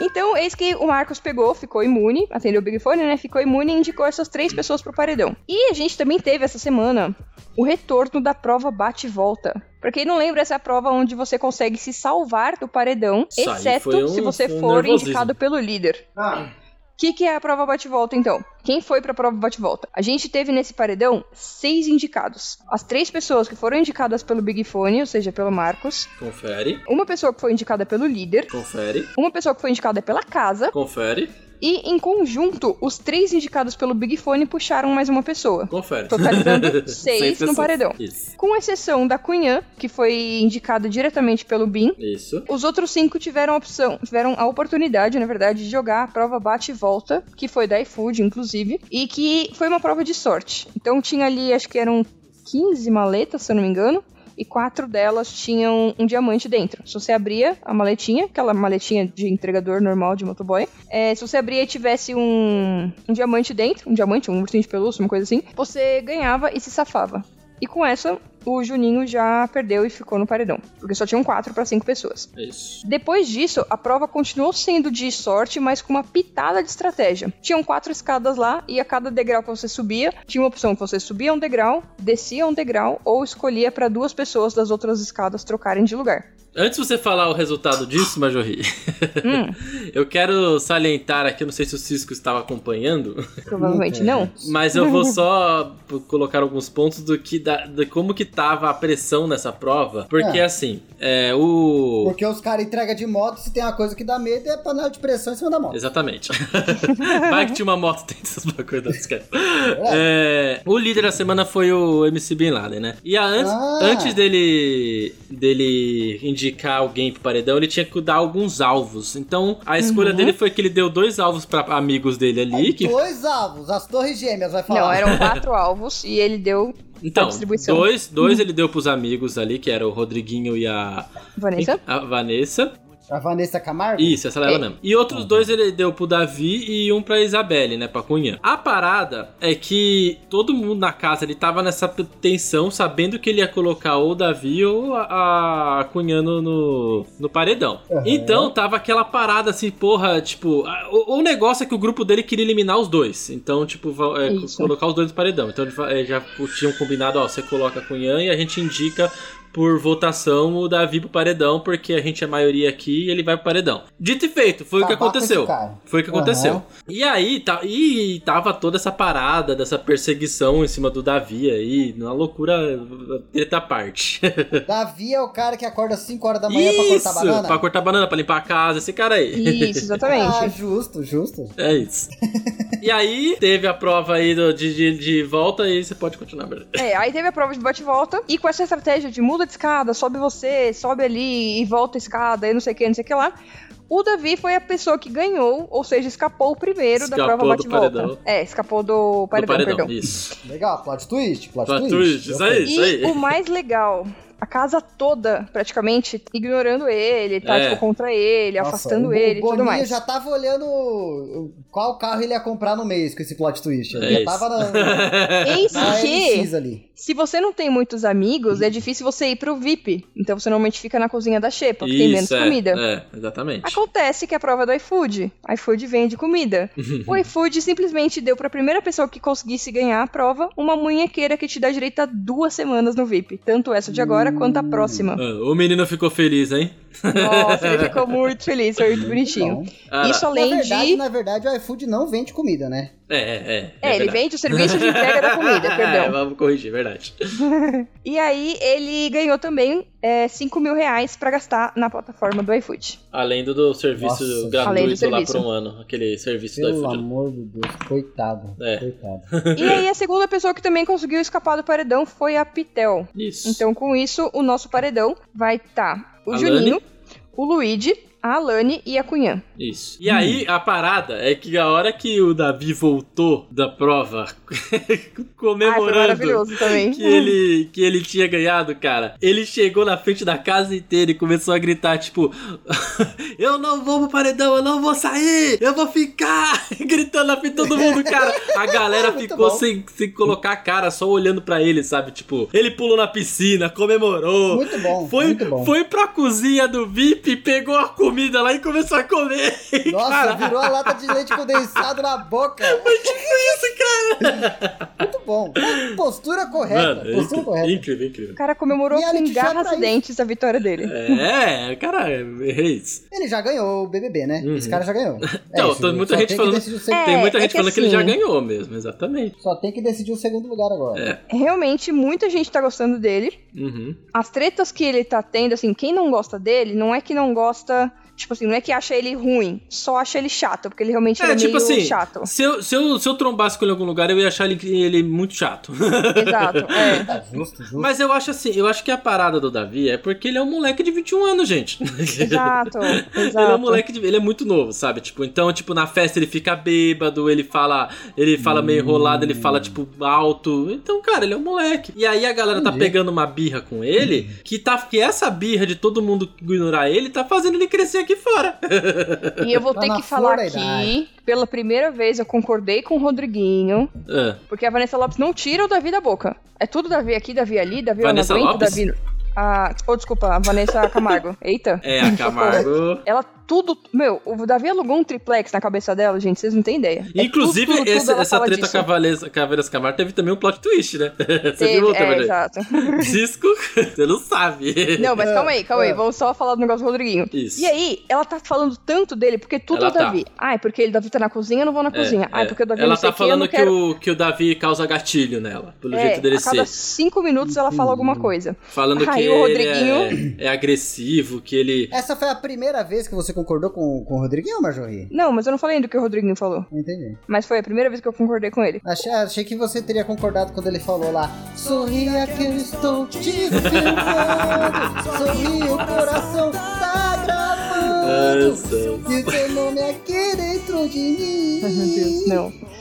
A: Então, eis que o Marcos pegou, ficou imune, atendeu o Big Fone, né? Ficou imune e indicou essas três pessoas pro paredão. E a gente também teve essa semana o retorno da prova bate-volta. Pra quem não lembra, essa é a prova onde você consegue se salvar do paredão,
C: Isso aí foi
A: exceto
C: um-
A: se você
C: foi um
A: for
C: nervosismo.
A: indicado pelo líder.
B: Ah,
A: O que, que é a prova bate-volta, então? Quem foi pra prova bate-volta? A gente teve nesse paredão seis indicados. As três pessoas que foram indicadas pelo Big Fone, ou seja, pelo Marcos,
C: Confere,
A: uma pessoa que foi indicada pelo líder,
C: confere,
A: uma pessoa que foi indicada pela casa,
C: confere,
A: e em conjunto, os três indicados pelo Big Fone puxaram mais uma pessoa.
C: confere.
A: Totalizando seis
C: Cem
A: no
C: pessoas.
A: paredão.
C: Isso.
A: Com exceção da Cunhã, que foi indicada diretamente pelo Bin,
C: Isso.
A: os outros cinco tiveram a opção, tiveram a oportunidade, na verdade, de jogar a prova bate e volta, que foi da iFood, inclusive, e que foi uma prova de sorte. Então tinha ali, acho que eram 15 maletas, se eu não me engano, e quatro delas tinham um diamante dentro. Se você abria a maletinha, aquela maletinha de entregador normal de motoboy, é, se você abria e tivesse um, um diamante dentro, um diamante, um ursinho de pelúcia, uma coisa assim, você ganhava e se safava. E com essa, o Juninho já perdeu e ficou no paredão, porque só tinham quatro para cinco pessoas.
C: Isso.
A: Depois disso, a prova continuou sendo de sorte, mas com uma pitada de estratégia. Tinham quatro escadas lá e a cada degrau que você subia, tinha uma opção que você subia um degrau, descia um degrau ou escolhia para duas pessoas das outras escadas trocarem de lugar.
C: Antes de você falar o resultado disso, Majorri,
A: Hum,
C: eu quero salientar aqui, eu não sei se o Cisco estava acompanhando,
A: Provavelmente não.
C: mas eu vou só colocar alguns pontos do que da, de como que tava a pressão nessa prova, porque
B: É.
C: assim, é, o
B: Porque os caras entregam de moto, se tem uma coisa que dá medo é panela de pressão em cima da moto.
C: Exatamente. Vai que tinha uma moto dentro dessas bagulho, não esquece. É, o líder da semana foi o MC Bin Laden, né? E a antes,
B: Ah.
C: antes dele, dele indicar alguém pro paredão, ele tinha que dar alguns alvos. Então, a escolha
B: Uhum.
C: dele foi que ele deu dois alvos pra amigos dele ali. Que,
B: Dois alvos, as torres gêmeas, vai falar.
A: Não, um- eram quatro alvos e ele deu
C: então,
A: distribuição. Uhum.
C: dois, dois ele deu pros amigos ali, que era o Rodriguinho e a,
A: Vanessa.
C: a Vanessa.
B: A Vanessa Camargo?
C: Isso, essa é
A: É.
C: ela mesmo. E outros dois ele deu pro Davi e um pra Isabelle, né, pra Cunha. A parada é que todo mundo na casa ele tava nessa p- tensão, sabendo que ele ia colocar ou o Davi ou a, a Cunha no, no, no paredão.
B: Aham.
C: Então tava aquela parada assim, porra, tipo, a- o, o negócio é que o grupo dele queria eliminar os dois. Então, tipo, va- é,
A: Isso.
C: colocar os dois no paredão. Então ele fa- é, já tinham combinado, ó, você coloca a Cunha e a gente indica por votação o Davi pro paredão, porque a gente é maioria aqui e ele vai pro paredão. Dito e feito, foi o que
B: Acabar Tá com esse
C: aconteceu.
B: cara.
C: Foi o que
B: Aham.
C: aconteceu. E aí, tá, e tava toda essa parada dessa perseguição em cima do Davi aí, na loucura treta à parte.
B: Davi é o cara que acorda às 5 horas da manhã é pra cortar banana?
C: pra cortar banana, pra limpar a casa, esse cara aí.
A: Isso,
B: Ah,
A: exatamente.
B: justo, justo.
C: É isso. e aí, teve a prova aí do- de, de, de volta e você pode continuar, Bernardo.
A: É, aí teve a prova de bate-volta, e com essa estratégia de muda de escada, sobe você, sobe ali e volta a escada e não sei o que, não sei o que lá. O Davi foi a pessoa que ganhou, ou seja, escapou primeiro da
C: Escapou
A: prova
C: do
A: bate-volta.
C: paredão.
A: É, escapou do
C: Do
A: paredão,
C: paredão,
A: perdão.
C: isso.
B: Legal, plot twist, plot,
C: Plot twist, isso aí.
A: E o mais legal, a casa toda, praticamente, ignorando ele, tá,
C: É.
A: tipo, contra ele,
B: Nossa,
A: afastando
B: o-
A: ele e
B: o Boninho
A: tudo mais.
B: já tava olhando o- qual carro ele ia comprar no mês com esse plot twist. Ele
C: É
B: já
C: isso.
B: tava na,
A: Eis
B: tá na
A: que,
B: LX ali.
A: se você não tem muitos amigos, é difícil você ir pro VIP. Então você normalmente fica na cozinha da Xepa, que tem menos
C: é,
A: comida.
C: É, exatamente.
B: Ah,
A: Acontece que a prova é do iFood. iFood vende comida. o iFood simplesmente deu pra primeira pessoa que conseguisse ganhar a prova uma munhequeira que te dá direito a duas semanas no VIP. Tanto essa de agora quanto a próxima.
C: Ah, O menino ficou feliz, hein?
A: Nossa, ele ficou muito feliz, foi muito bonitinho.
B: Então,
C: Ah,
A: Isso além
B: na verdade,
A: de.
B: na verdade, o iFood não vende comida, né?
C: É, é. É,
A: É, ele
C: verdade.
A: vende o serviço de entrega da comida,
C: É,
A: perdão.
C: vamos corrigir, é verdade.
A: E aí, ele ganhou também 5 mil reais pra gastar na plataforma do iFood.
C: Além do, do serviço
B: Nossa,
A: Além do
C: gratuito lá
A: serviço.
C: por um ano. Aquele serviço do
B: Pelo
C: iFood.
B: amor de Deus, coitado.
C: É.
B: Coitado.
A: E aí, a segunda pessoa que também conseguiu escapar do paredão foi a Pitel.
C: Isso.
A: Então, com isso, o nosso paredão vai estar o
C: Alane.
A: Juninho, o Luigi, a Alane e a Ah, Cunhã.
C: Isso. E aí, a parada é que a hora que o Davi voltou da prova
A: Ah, foi
C: comemorando
A: maravilhoso também.
C: que ele, que ele tinha ganhado, cara, ele chegou na frente da casa inteira e começou a gritar, tipo, eu não vou pro paredão, eu não vou sair, eu vou ficar, gritando na frente de todo mundo, cara. A galera
B: Muito
C: ficou
B: bom.
C: sem, sem colocar a cara, só olhando pra ele, sabe? Tipo, ele pulou na piscina, comemorou.
B: Muito bom,
C: Foi,
B: muito bom.
C: foi pra cozinha do VIP, pegou a comida lá e começou a comer.
B: Nossa,
C: cara.
B: virou a lata de leite condensado na boca.
C: Mas que foi isso, cara?
B: Muito bom. Postura correta.
C: Mano, é
B: postura
C: incrível,
B: correta.
C: incrível, incrível.
A: O cara comemorou
B: Reality
A: com
B: show pra
A: garras e
B: isso.
A: dentes a vitória dele.
C: É, cara, é isso.
B: Ele já ganhou o BBB, né? Esse cara já ganhou.
C: Uhum.
B: É
C: Então,
B: isso,
C: tem muita
B: só
C: gente
B: tem que
C: falando-
B: decidir o seg-
A: É,
C: Tem muita
A: é
C: gente
A: que
C: falando que ele
A: assim-
C: já ganhou mesmo, exatamente.
B: Só tem que decidir o segundo lugar agora.
C: É.
A: Realmente, muita gente tá gostando dele.
C: Uhum.
A: As tretas que ele tá tendo, assim, quem não gosta dele, não é que não gosta... Tipo assim, não é que acha ele ruim, só acha ele chato, porque ele realmente
C: É,
A: ele é
C: tipo
A: meio
C: assim,
A: chato.
C: se eu, se, eu, se eu trombasse com ele em algum lugar, eu ia achar ele, ele muito chato.
A: Exato, é.
B: Tá justo, justo.
C: Mas eu acho assim, eu acho que a parada do Davi é porque ele é um moleque de 21 anos, gente.
A: Exato, exato.
C: Ele é um moleque, de- ele é muito novo, sabe? Tipo, então, tipo, na festa ele fica bêbado, ele fala, ele fala meio enrolado, ele fala, tipo, alto. Então, cara, ele é um moleque. E aí a galera tá
B: Entendi.
C: pegando uma birra com ele, que tá que essa birra de todo mundo ignorar ele tá fazendo ele crescer aqui fora.
A: E eu vou
B: Tá
A: ter
B: na
A: que falar
B: flor da
A: aqui, pela primeira vez eu concordei com o Rodriguinho,
C: Ah,
A: porque a Vanessa Lopes não tira o Davi da boca. É tudo Davi aqui, Davi ali, Davi
C: Vanessa
A: eu não aguento,
C: Lopes?
A: Davi... Ah, oh, desculpa, a Vanessa Camargo. Eita.
C: é, a Camargo.
A: Ela tudo. Meu, o Davi alugou um triplex na cabeça dela, gente, vocês não têm ideia. É
C: Inclusive,
A: tudo, tudo, tudo
C: esse-
A: ela
C: essa
A: fala
C: treta
A: disso.
C: Cavaleza- Caveiras Camargo teve também um plot twist, né? Você
A: Teve,
C: viu outra,
A: é,
C: Maria?
A: exato.
C: Cisco, você não sabe.
A: Não, mas
B: É,
A: calma aí, calma aí.
B: é.
A: Vamos só falar do negócio do Rodriguinho.
C: Isso.
A: E aí, ela tá falando tanto dele, porque tudo
C: Ela tá.
A: é o Davi. Ai, porque ele Davi tá na cozinha, eu não vou na
C: É,
A: cozinha. Ai,
C: é.
A: ah, porque o Davi
C: ela
A: não sei
C: tá
A: quem, eu não
C: falando que,
A: quero.
C: o, que o Davi causa gatilho nela, pelo
A: É,
C: jeito dele
A: a cada
C: ser. Uhum.
A: cinco minutos ela fala alguma coisa.
C: Falando
A: Ah,
C: que
A: e o
C: ele é, é agressivo, que ele.
B: Essa foi a primeira vez que você concordou com, com o Rodriguinho, Marjorie?
A: Não, mas eu não falei ainda o que o Rodriguinho falou.
B: Não entendi.
A: Mas foi a primeira vez que eu concordei com ele.
B: Achei, achei que você teria concordado quando ele falou lá Sorria que eu estou te filmando Sorri, o coração tá gravando
C: Nossa.
B: E o teu nome aqui dentro de
A: Ai, meu Deus,
B: mim
A: não.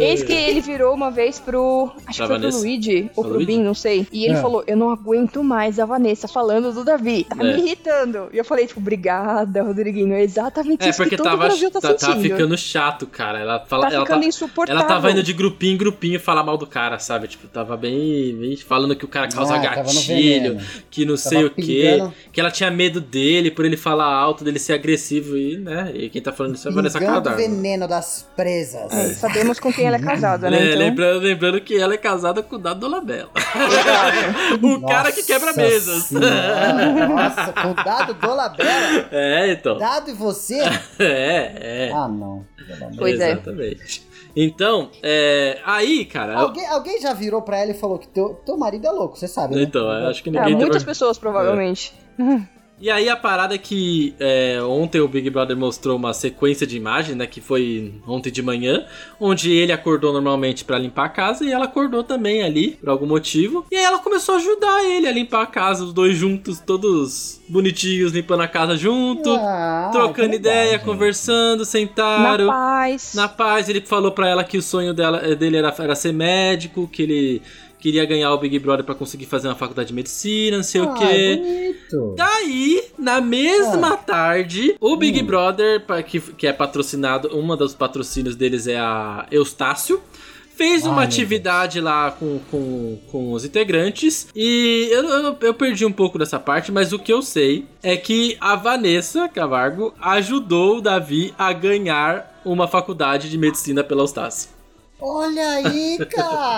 A: Eis que ele virou uma vez pro. Acho
C: Pra
A: que foi pro
C: Vanessa?
A: Luigi ou
C: Pra
A: pro
C: Luigi?
A: Bin, não sei. E ele
B: É.
A: falou: Eu não aguento mais a Vanessa falando do Davi. Tá
C: É.
A: me irritando. E eu falei, tipo, obrigada, Rodriguinho. É exatamente
C: É,
A: isso que
C: porque
A: todo o
C: tava,
A: Brasil tá,
C: tá- tá
A: sentindo.
C: ficando chato, cara. Ela fala.
A: Tá
C: ela,
A: ficando
C: tá-
A: insuportável.
C: ela tava indo de grupinho em grupinho falar mal do cara, sabe? Tipo, tava bem. bem falando que o cara causa
B: Ah, tava no
C: gatilho,
B: veneno.
C: que não sei o quê.
B: pingando.
C: Que ela tinha medo dele por ele falar alto, dele ser agressivo e, né? E quem tá falando isso é a Vanessa
B: Pingando o
C: Caldar.
B: veneno das presas
A: É, sabemos com quem ela é casada, né?
C: Né,
A: Então...
C: lembrando, lembrando que ela é casada com o Dado Dolabella. o um cara que quebra
B: Nossa
C: mesas.
B: Senhora, Nossa, com o dado do Labela
C: É, então.
B: Dado e você?
C: É, é.
B: Ah, não Pelo amor.
A: Pois é.
C: Exatamente. Então, é, aí, cara. eu-
B: Alguém, alguém já virou pra ela e falou que teu, teu marido é louco, você sabe, né?
C: Então, eu acho que
A: Ah,
C: ninguém.
A: muitas pessoas, provavelmente.
C: E aí a parada é que é, ontem o Big Brother mostrou uma sequência de imagens, né? Que foi ontem de manhã, onde ele acordou normalmente pra limpar a casa e ela acordou também ali, por algum motivo. E aí ela começou a ajudar ele a limpar a casa, os dois juntos, todos bonitinhos, limpando a casa junto,
B: Ah,
C: trocando
B: que legal,
C: ideia,
B: gente.
C: conversando, sentaram.
A: é Na paz.
C: É. Na paz, ele falou pra ela que o sonho dela, eh, dele era, era ser médico, que ele queria ganhar o Big Brother pra conseguir fazer uma faculdade de medicina, não sei o
B: Ah,
C: quê.
B: bonito.
C: Daí, Tá na
B: Ah.
C: mesma tarde, o Big
B: Hum.
C: Brother, pa- que, que é patrocinado, uma dos patrocínios deles é a Eustácio. Fez
B: Ai,
C: uma
B: meu
C: atividade lá com, com, com os integrantes. E eu, eu, eu perdi um pouco dessa parte, mas o que eu sei é que a Vanessa Camargo ajudou o Davi a ganhar uma faculdade de medicina pela Eustácio.
B: Olha aí,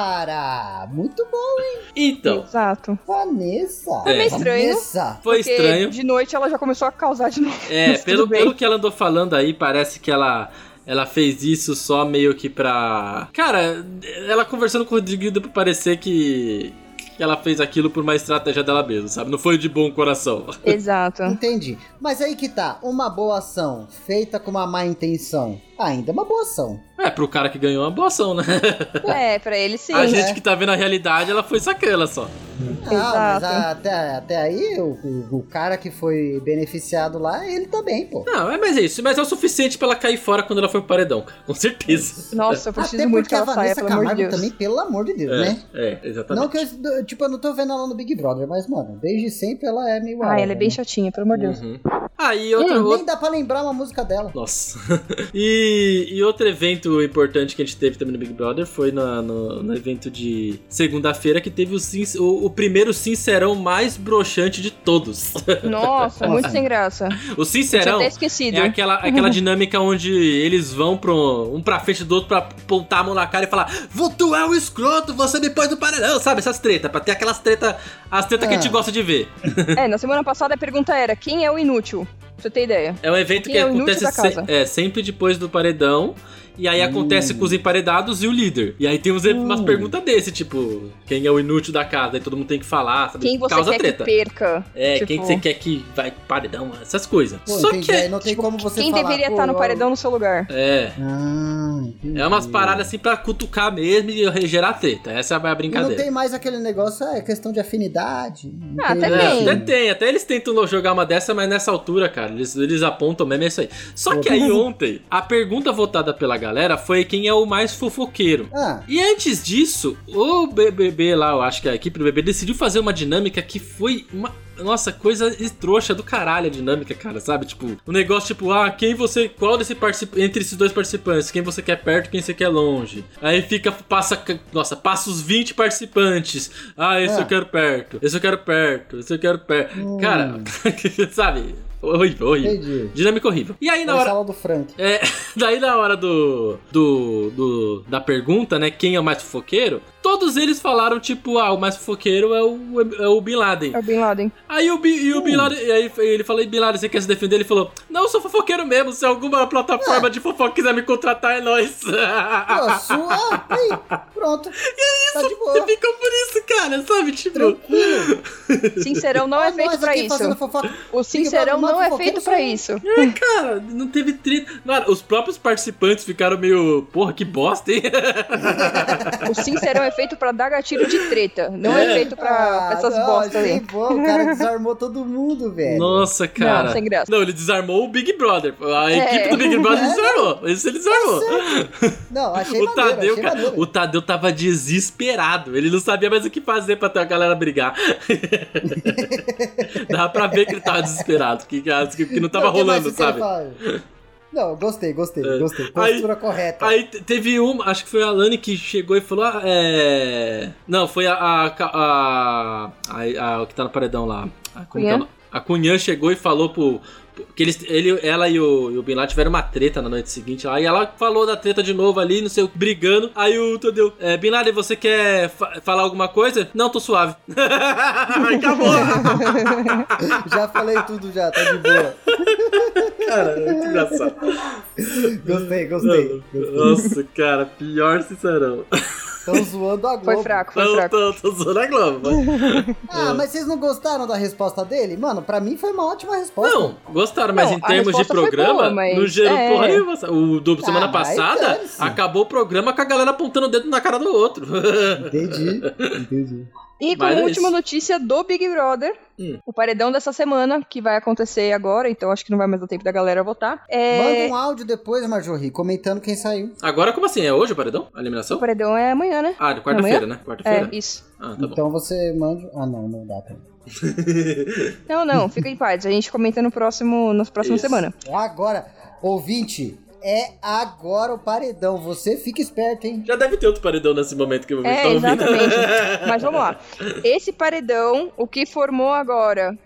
B: cara! Muito bom,
C: Então,
A: Exato.
B: Vanessa!
C: É. Também
A: Tá estranho.
B: Vanessa!
C: foi
A: Porque
C: estranho.
A: De noite ela já começou a causar de novo.
C: É,
A: Mas tudo
C: pelo,
A: bem.
C: pelo que ela andou falando aí, parece que ela, ela fez isso só meio que pra. Cara, ela conversando com o Rodriguinho deu pra parecer que. que ela fez aquilo por uma estratégia dela mesma, sabe? Não foi de bom coração.
A: Exato.
B: Entendi. Mas aí que tá, uma boa ação feita com uma má intenção, ainda é uma boa ação.
C: É, pro cara que ganhou uma boa ação, né?
A: É, pra ele sim.
C: a
A: né?
C: gente que tá vendo a realidade, ela foi sacana só.
B: Ah, mas
A: Exato.
B: a- até, até aí, o, o- o cara que foi beneficiado lá, ele também, pô.
C: Não, é, mas é isso. Mas é o suficiente pra ela cair fora quando ela foi pro paredão, cara. Com certeza.
A: Nossa, eu preciso
B: Até
A: muito que
B: porque a
A: ela saia,
B: Vanessa
A: pelo amor de
B: Camargo
A: Deus.
B: também, pelo amor de Deus, né?
C: É, é exatamente.
B: Não que eu, tipo, eu não tô vendo ela no Big Brother, mas, mano, desde sempre ela é meio
A: Ah, ela é bem
B: chata.
A: chatinha, pelo amor de Deus.
C: Uhum. Aí outra, outra,
B: Nem dá pra lembrar uma música dela.
C: Nossa. e, e outro evento importante que a gente teve também no Big Brother foi na- no, no evento de segunda-feira que teve o, sin- o- o primeiro sincerão mais broxante de todos.
A: Nossa,
B: Nossa.
A: muito sem graça.
C: o
A: Tinha
C: sincerão
A: até esquecido.
C: assim? é aquela, aquela dinâmica onde eles vão pro, um pra frente do outro pra apontar a mão na cara e falar "Vou tu é um escroto, você me põe no paredão, sabe? Essas tretas, pra ter aquelas tretas, as tretas que a gente
B: Ah.
C: gosta de ver.
A: É, na semana passada a pergunta era: quem é o inútil? Pra você ter ideia.
C: É um evento
A: Quem
C: que
A: é o inútil
C: acontece
A: da
C: se-
A: casa?
C: é, sempre depois do paredão. E aí acontece
B: Hum.
C: com os emparedados e o líder. E aí tem uns,
A: Hum.
C: umas perguntas desse, tipo, quem é o inútil da casa? Aí todo mundo tem que falar, sabe?
A: Quem você
C: Causa
A: quer
C: treta.
A: que perca?
C: é, quem
A: tipo-
C: que você quer que vai pro paredão, essas coisas.
B: Pô,
C: Só
B: entendi.
C: que.
B: Aí
C: É,
B: não tem como você
A: tipo, Quem
B: falar,
A: deveria
B: pô,
A: estar no
B: eu-
A: paredão no seu lugar?
C: é.
B: Ah, entendi.
C: É umas paradas assim pra cutucar mesmo e gerar treta. Essa é a
B: E não
C: brincadeira.
B: tem mais aquele negócio, ah, é questão de afinidade. não
A: Ah,
B: tem-
A: até
C: É,
A: tem.
C: até tem, até eles tentam jogar uma dessa, mas nessa altura, cara, eles, eles apontam mesmo é isso aí. Só que aí ontem, a pergunta votada pela galera foi quem é o mais fofoqueiro.
B: Ah,
C: E antes é disso, o BBB lá, eu acho que é a equipe do BBB, decidiu fazer uma dinâmica que foi uma Nossa, coisa e trouxa do caralho a dinâmica, cara, sabe? Tipo, o um negócio, tipo, ah, quem você. Qual desse participante. Entre esses dois participantes, quem você quer perto quem você quer longe. Aí fica. Passa. Nossa, passa os 20 participantes. Ah, esse
B: É.
C: eu quero perto. Esse eu quero perto. Esse eu quero perto.
B: Hum.
C: Cara, sabe? Horrível, horrível.
B: Entendi.
C: Dinâmica horrível. E aí na
B: Na
C: hora.
B: sala do Frank.
C: É, daí na hora do, do, do- da pergunta, né, quem é o mais fofoqueiro, todos eles falaram, tipo, ah, o mais fofoqueiro é o, é o Bin Laden.
A: É o Bin Laden.
C: Aí o, Bi, e o Bin Laden, e aí ele falou, e Bin Laden, você quer se defender? Ele falou, não, eu sou fofoqueiro mesmo, se alguma plataforma de fofoca quiser me contratar, é nóis.
B: Pô, sua. Aí, pronto.
C: é
B: Tá de
C: Você
B: boa.
C: ficou por isso, cara, sabe, tipo...
B: Tranquilo.
A: Sincerão não é feito
B: Nós
A: pra
B: aqui
A: isso.
B: fazendo fofoca.
A: O sincerão
B: Big Brother
A: não é
B: manda
A: feito
B: fofoqueiro,
A: pra
B: sou eu.
A: isso.
C: É, cara, não teve treta. Cara, os próprios participantes ficaram meio, porra, que bosta, hein?
A: O sincerão é feito pra dar gatilho de treta. Não é,
C: É.
A: feito pra
B: Ah,
A: essas
B: não,
A: bostas
B: achei
A: aí.
B: bom, o cara desarmou todo mundo, velho.
C: Nossa, cara.
A: Não, sem graça.
C: Não, ele desarmou o Big Brother. A
A: É.
C: equipe do Big Brother desarmou. Isso ele desarmou.
B: Não, achei
C: O
B: maneiro,
C: Tadeu,
B: achei
C: cara,
B: maneiro.
C: o Tadeu tava desesperado. Ele não sabia mais o que fazer pra ter a galera brigar. Dava pra ver que ele tava desesperado, que, que, que não tava
B: Não, o que mais
C: rolando,
B: que você
C: sabe?
B: fala? Não, gostei, gostei,
C: É.
B: gostei.
C: Aí-
B: Postura correta.
C: Aí te- teve uma, acho que foi a Lani que chegou e falou: ah, é. Não, foi a. A. a, a- a- o que tá no paredão lá. A
A: Cunhã?
C: Cunhã. A Cunhã chegou e falou pro. pro- Que eles, ele, ela e o, e o Bin Laden tiveram uma treta na noite seguinte lá. E ela falou da treta de novo ali, não sei, o que, brigando. Aí o Tadeu, é, Bin Laden, você quer fa- falar alguma coisa? Não, tô suave. Acabou.
B: Já falei tudo já, tá de boa.
C: Cara, é muito engraçado.
B: Gostei,
C: É.
B: gostei.
C: Nossa, cara, pior sincerão.
B: Estão zoando a Globo.
A: Foi fraco, foi
C: Tô,
A: fraco.
C: tô, tô zoando a Globo, mas- É.
B: Ah, mas vocês não gostaram da resposta dele? Mano, pra mim foi uma ótima resposta.
C: Não, gostaram, mas
A: Não,
C: em
A: a
C: termos de
A: resposta foi
C: programa,
A: boa, mas-
C: não gerou
A: é.
C: porra nenhuma. O do semana
B: mas
C: passada
B: dane-se.
C: acabou o programa com a galera apontando o dedo na cara do outro.
B: Entendi, entendi.
A: E
C: Mas
A: como
C: é
A: última
C: isso.
A: notícia do Big Brother,
C: Hum.
A: o paredão dessa semana, que vai acontecer agora, então acho que não vai mais dar tempo da galera votar. É.
B: Manda um áudio depois, Marjorie, comentando quem saiu.
C: Agora, como assim? É hoje o paredão? A
A: O
C: eliminação?
A: paredão é amanhã, né?
C: Ah, de quarta-feira, né? Quarta-feira.
A: É, isso.
C: Ah, tá bom.
B: então você manda. Ah, não, não dá pra.
A: Não, não, fica em paz. A gente comenta no próximo, nas próximas
C: Isso.
A: semanas.
B: É agora, ouvinte, é agora o paredão. Você fica esperto, hein?
C: Já deve ter outro paredão nesse momento que eu
A: É,
C: estou ouvindo.
A: exatamente. Mas vamos lá. Esse paredão, o que formou agora?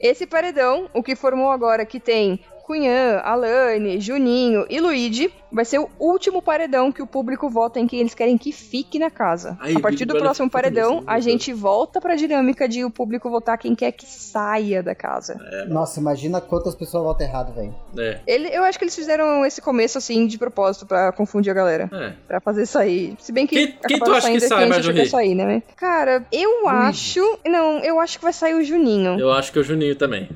A: Esse paredão, o que formou agora, que tem Cunhã, Alane, Juninho e Luigi, vai ser o último paredão que o público vota em quem eles querem que fique na casa.
C: Ai,
A: a partir
C: Big
A: do
C: Brother
A: próximo
C: fica feliz,
A: paredão,
C: meu
A: a
C: Deus.
A: gente volta pra dinâmica de o público votar quem quer que saia da casa.
B: Nossa, imagina quantas pessoas votam errado, velho.
C: É.
A: Ele, eu acho que eles fizeram esse começo assim de propósito pra confundir a galera.
C: É.
A: Pra fazer sair. Se bem que.
C: Quem- quem
A: acabaram
C: tu acha que
A: saindo
C: sai,
A: quem a gente
C: Marjorie?
A: quer sair, né? Cara, eu acho. Não, eu acho que vai sair o Juninho.
C: Eu acho que é o Juninho também.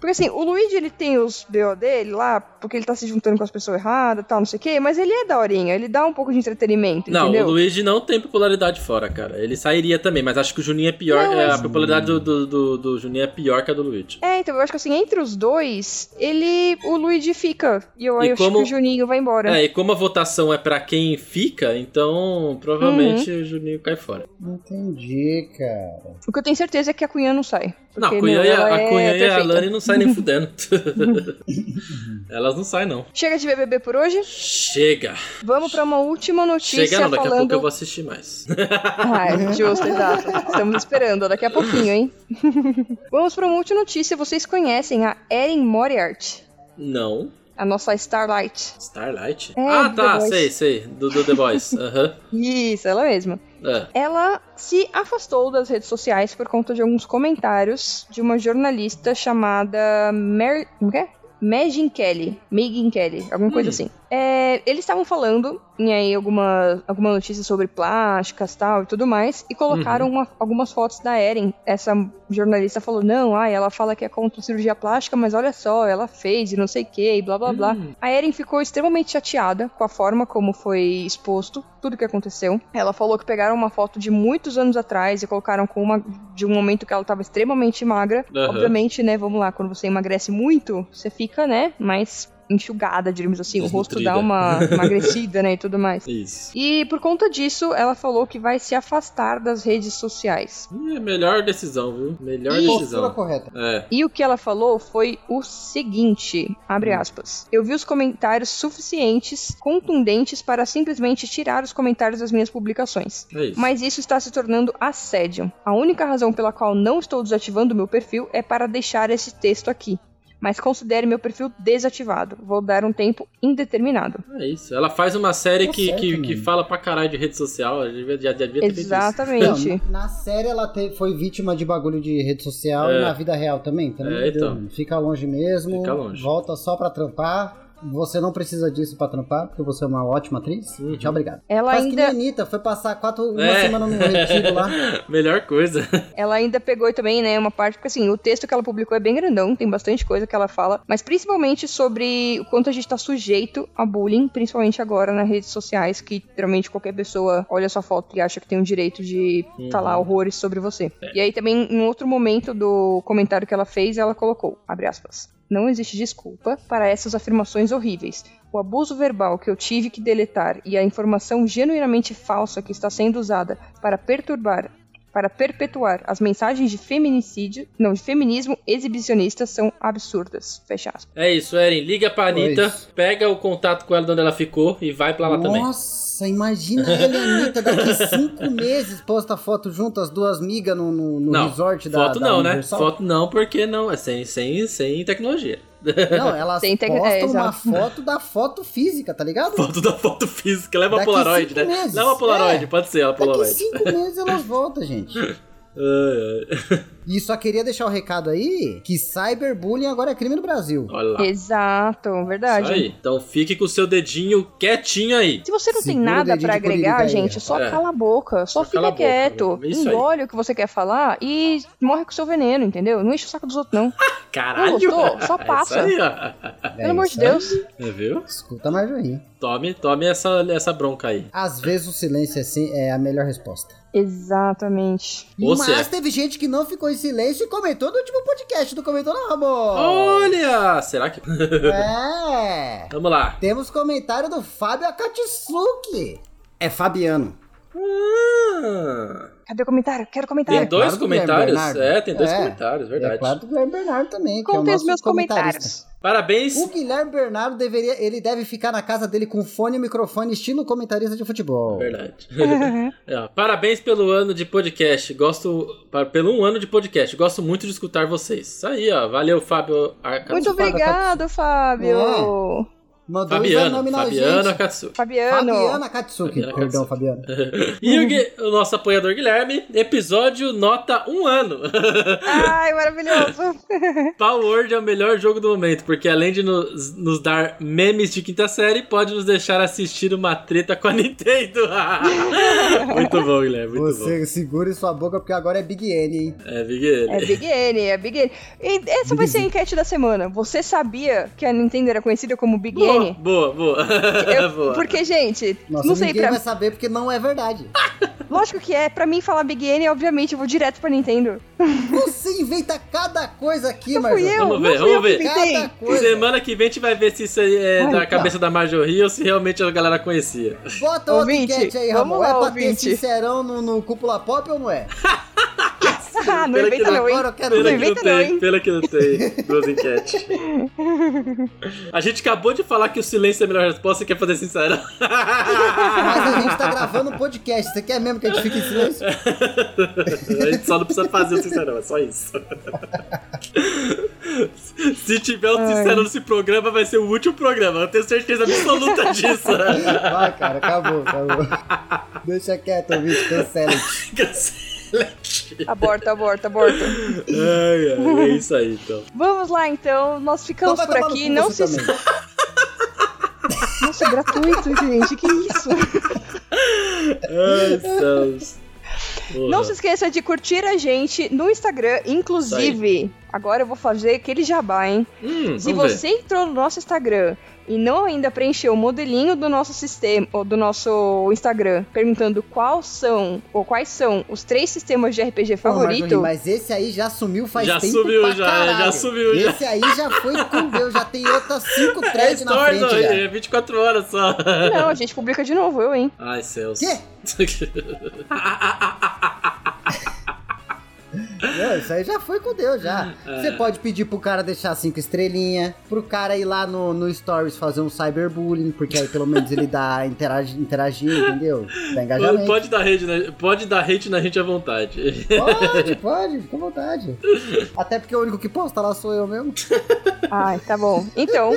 A: Porque assim, o Luigi ele tem os BO dele lá, porque ele tá se juntando com as pessoas erradas e tal, não sei o quê, mas ele é daorinha, ele dá um pouco de entretenimento,
C: Não,
A: entendeu?
C: o Luigi não tem popularidade fora, cara. Ele sairia também, mas acho que o Juninho é pior.
A: Não,
C: é,
A: mas-
C: A popularidade do, do, do- do Juninho é pior que a do Luigi.
A: É, então eu acho que assim, entre os dois, ele. O Luigi fica. E eu,
C: E
A: eu
C: como-
A: acho que o Juninho vai embora.
C: É, e como a votação é pra quem fica, então provavelmente
A: Uhum.
C: o Juninho cai fora.
B: Entendi, cara.
A: O que eu tenho certeza é que a Cunha não sai.
C: não, a
A: Porque,
C: Cunha,
A: meu,
C: e a,
A: ela
C: a
A: é
C: Cunha e a
A: perfeita.
C: Lani não saem nem fudendo. Elas não saem, não.
A: Chega de BBB por hoje.
C: Chega.
A: Vamos pra uma última notícia
C: Chega não, daqui a
A: falando.
C: pouco eu vou assistir mais.
A: Ah, justo, exato. Estamos esperando, daqui a pouquinho, hein? Vamos para uma última notícia. Vocês conhecem a Erin Moriarty,
C: não.
A: a nossa Starlight.
C: Starlight?
A: É,
C: ah,
A: do
C: tá,
A: The Boys.
C: sei, sei. Do, do The Boys. Aham.
A: Isso, ela mesma.
C: É.
A: Ela se afastou das redes sociais por conta de alguns comentários de uma jornalista chamada Mer... como que é? Megyn Kelly, Megan Kelly, alguma coisa
C: Hum.
A: assim. É, eles estavam falando em aí alguma, alguma notícia sobre plásticas tal e tudo mais, e colocaram uma- algumas fotos da Erin. Essa jornalista falou: não, ai, ela fala que é contra cirurgia plástica, mas olha só, ela fez e não sei o que, e blá blá blá.
C: Hum.
A: A Erin ficou extremamente chateada com a forma como foi exposto tudo que aconteceu. Ela falou que pegaram uma foto de muitos anos atrás e colocaram com uma de um momento que ela estava extremamente magra.
C: Aham.
A: Obviamente, né, vamos lá, quando você emagrece muito, você fica, né, mais enxugada, diríamos assim. O rosto
C: Desnutrida.
A: dá uma emagrecida, né? E tudo mais.
C: Isso.
A: E por conta disso, ela falou que vai se afastar das redes sociais.
C: Hum, é melhor decisão, viu? Melhor
A: Ih,
B: Postura
C: decisão.
B: correta.
C: É.
A: E o que ela falou foi o seguinte, abre
B: Hum.
A: aspas. Eu vi os comentários suficientes, contundentes para simplesmente tirar os comentários das minhas publicações.
C: É isso.
A: Mas isso está se tornando assédio. A única razão pela qual não estou desativando meu perfil é para deixar esse texto aqui. Mas considere meu perfil desativado. Vou dar um tempo indeterminado.
C: É isso. Ela faz uma série
B: Tá
C: que,
B: certo,
C: que,
B: mano.
C: que fala pra caralho de rede social. ela devia- Já, devia ter feito isso.
B: Não,
A: Exatamente.
B: na na série ela te- foi vítima de bagulho de rede social
C: É.
B: e na vida real também. Então,
C: É,
B: meu Deus,
C: então.
B: mano, Fica longe mesmo.
C: Fica longe.
B: Volta só pra trampar. Você não precisa disso pra trampar, porque você é uma ótima atriz.
C: Uhum.
B: Tchau, obrigado.
A: Ela
B: Faz que
A: ainda
B: nem a Anitta, foi passar quatro, uma
C: É.
B: semana no retiro lá.
C: Melhor coisa.
A: Ela ainda pegou também, né, uma parte, porque assim, o texto que ela publicou é bem grandão, tem bastante coisa que ela fala, mas principalmente sobre o quanto a gente tá sujeito a bullying, principalmente agora nas redes sociais, que geralmente qualquer pessoa olha sua foto e acha que tem o direito de
C: Uhum.
A: falar horrores sobre você. E aí também, em outro momento do comentário que ela fez, ela colocou, abre aspas, não existe desculpa para essas afirmações horríveis. O abuso verbal que eu tive que deletar e a informação genuinamente falsa que está sendo usada para perturbar para perpetuar as mensagens de feminicídio, não, de feminismo exibicionista são absurdas. Fecha aspas.
C: É isso, Eren. Liga pra Anitta,
B: isso.
C: pega o contato com ela de onde ela ficou e vai pra lá também.
B: Nossa, imagina ela e a Anitta daqui cinco meses posta foto junto, as duas migas no, no, no
C: Não,
B: resort da
C: Foto
B: da
C: não, né?
B: um Universal.
C: Foto não, porque não. É sem, sem, sem tecnologia.
B: Não, elas
A: Tem tec- é,
B: postam uma
A: exato.
B: foto da foto física, tá ligado?
C: Foto da foto física. Leva a
B: Daqui
C: Polaroid,
B: cinco
C: né?
B: meses.
C: Leva a Polaroid,
B: É.
C: pode ser ela
B: Daqui
C: Polaroid.
B: cinco meses elas voltam, gente.
C: Ai, ai.
B: E só queria deixar o recado aí que cyberbullying agora é crime no Brasil.
C: Olha lá.
A: Exato,
C: Tá. Isso aí.
A: verdade.
C: Então fique com o seu dedinho quietinho aí.
A: Se você não tem
B: Segura o
A: nada
B: dedinho
A: pra
B: de colírio
A: agregar,
B: daí,
A: gente, só
C: É.
A: cala a boca, só,
C: Só cala a
A: fica
C: boca,
A: quieto,
C: é isso aí.
A: engole o que você quer falar e morre com o seu veneno, entendeu? Não enche o saco dos outros não.
C: Caralho.
A: gostou? Só passa.
C: É isso aí, ó.
A: Pelo amor de Deus.
C: É, viu?
B: né? Escuta mais um aí.
C: Tome, tome essa, essa bronca aí.
B: Às vezes o silêncio assim é a melhor resposta.
A: Exatamente.
C: Ou
B: Mas
C: seja-
B: teve gente que não ficou em silêncio e comentou no último podcast. Não comentou não, Ramon?
C: Olha! Será que.
B: É.
C: Vamos lá.
B: Temos comentário do Fábio Akatsuki. É Fabiano.
C: Ah,
A: Cadê o comentário? Quero
C: tem
A: comentário.
B: Dentro-
C: dois
B: É, claro que o Guilherme
C: comentários?
B: Bernardo.
C: É, tem dois
B: É.
C: comentários,
B: E
C: verdade.
B: é claro do Guilherme Bernardo também. que é o
A: Contei os
B: nosso
A: meus
B: comentarista.
A: comentários.
C: Parabéns.
B: O Guilherme Bernardo deveria, ele deve ficar na casa dele com fone e microfone, estilo comentarista de futebol.
C: Verdade. É, ó, parabéns pelo ano de podcast. Gosto. pa- Pelo um ano de podcast. Gosto muito de escutar vocês. Isso aí, ó. Valeu, Fábio. Arca-
A: Muito obrigado, Fábio.
B: Mandou o
C: Fabiano.
B: nome na
C: Fabiano
B: gente.
C: Akatsuki.
A: Fabiano.
B: Fabiana Katsuki.
C: Fabiana
B: Perdão,
C: Katsuki.
B: Fabiano.
C: E o, Gui- o nosso apoiador Guilherme. Episódio nota um ano.
A: Ai, maravilhoso.
C: Power Word é o melhor jogo do momento, porque além de nos, nos dar memes de quinta série, pode nos deixar assistir uma treta com a Nintendo. muito bom, Guilherme, muito bom.
B: Você segure sua boca porque agora é Big N, hein?
C: É, Miguel.
A: É Big N, é Big N. E essa vai ser a enquete da semana. Você sabia que a Nintendo era conhecida como Big
C: Boa,
A: N?
C: boa, boa.
A: Eu-
C: Boa.
A: porque, gente,
B: Nossa,
A: não sei,
B: ninguém
A: pra,
B: vai saber porque não é verdade.
A: lógico que é, pra mim falar Big N, obviamente, eu vou direto pra Nintendo.
B: Você inventa cada coisa aqui,
A: Não fui eu,
B: Marcelo.
C: Vamos
A: não
C: ver,
A: fui eu
C: vamos
A: que
C: ver.
A: inventei.
B: Cada coisa.
C: Semana que vem a gente vai ver se isso aí é
A: Ai,
C: da
A: tá.
C: cabeça da Marjorie ou se realmente a galera conhecia.
B: Bota outra
A: Ouvinte,
B: enquete aí,
A: vamos
B: Ramon.
A: lá,
B: é pra
A: ouvinte.
B: ter sincerão no, no cúpula pop ou não é?
A: Ah, não
C: Pera que
A: inventa
C: não-
A: não, hein?
B: tá. Agora eu quero
C: Pena
A: Não
B: ver.
C: que não
A: inventa não,
C: tem,
A: hein?
C: pena que não tem duas enquetes. A gente acabou de falar que o silêncio é a melhor resposta e quer fazer sincero.
B: Mas a gente tá gravando um podcast. Você quer mesmo que a gente fique em silêncio?
C: A gente só não precisa fazer o sincerão, é só isso. Se tiver o sincero nesse programa, vai ser o último programa. Eu tenho certeza absoluta disso.
B: Vai, cara, acabou, acabou. Deixa quieto, ouvinte, cancela.
A: Aborta, aborta, aborta.
C: ai, ai, é isso aí, então.
A: Vamos lá, então. Nós ficamos
B: Então
A: por
B: vai tomar no
A: aqui.
B: cu
A: Não se...
B: você também.
A: Nossa, é gratuito, gente. Que isso?
C: Ai, Deus. Porra.
A: Não se esqueça de curtir a gente no Instagram, inclusive. Agora eu vou fazer aquele jabá, hein?
C: Hum,
A: Se
C: vamos ver.
A: você entrou no nosso Instagram e não ainda preencheu o modelinho do nosso sistema, ou do nosso Instagram, perguntando qual são, ou quais são os três sistemas de RPG
B: Porra, Margot Lee,
A: favorito,
B: mas esse aí já sumiu faz
C: Já
B: tempo
C: sumiu,
B: pra
C: já,
B: caralho.
C: já sumiu, já.
B: Esse aí já foi com Deus, já tem outras cinco
C: É
B: threads na
C: stories,
B: frente,
C: ó,
B: já.
C: é 24 horas só.
A: não, a gente publica de novo, eu, hein?
C: Ai, céus.
B: Quê? Não, isso aí já foi com Deus, já.
C: É,
B: Você pode pedir pro cara deixar cinco estrelinhas, pro cara ir lá no, no Stories fazer um cyberbullying, porque aí pelo menos ele dá interagi, interagir, entendeu? Dá engajamento.
C: Pode dar hate, na- pode dar hate na gente à vontade.
B: Pode, pode, fica à vontade. Até porque o único que posta lá sou eu mesmo.
A: Ai, tá bom. Então,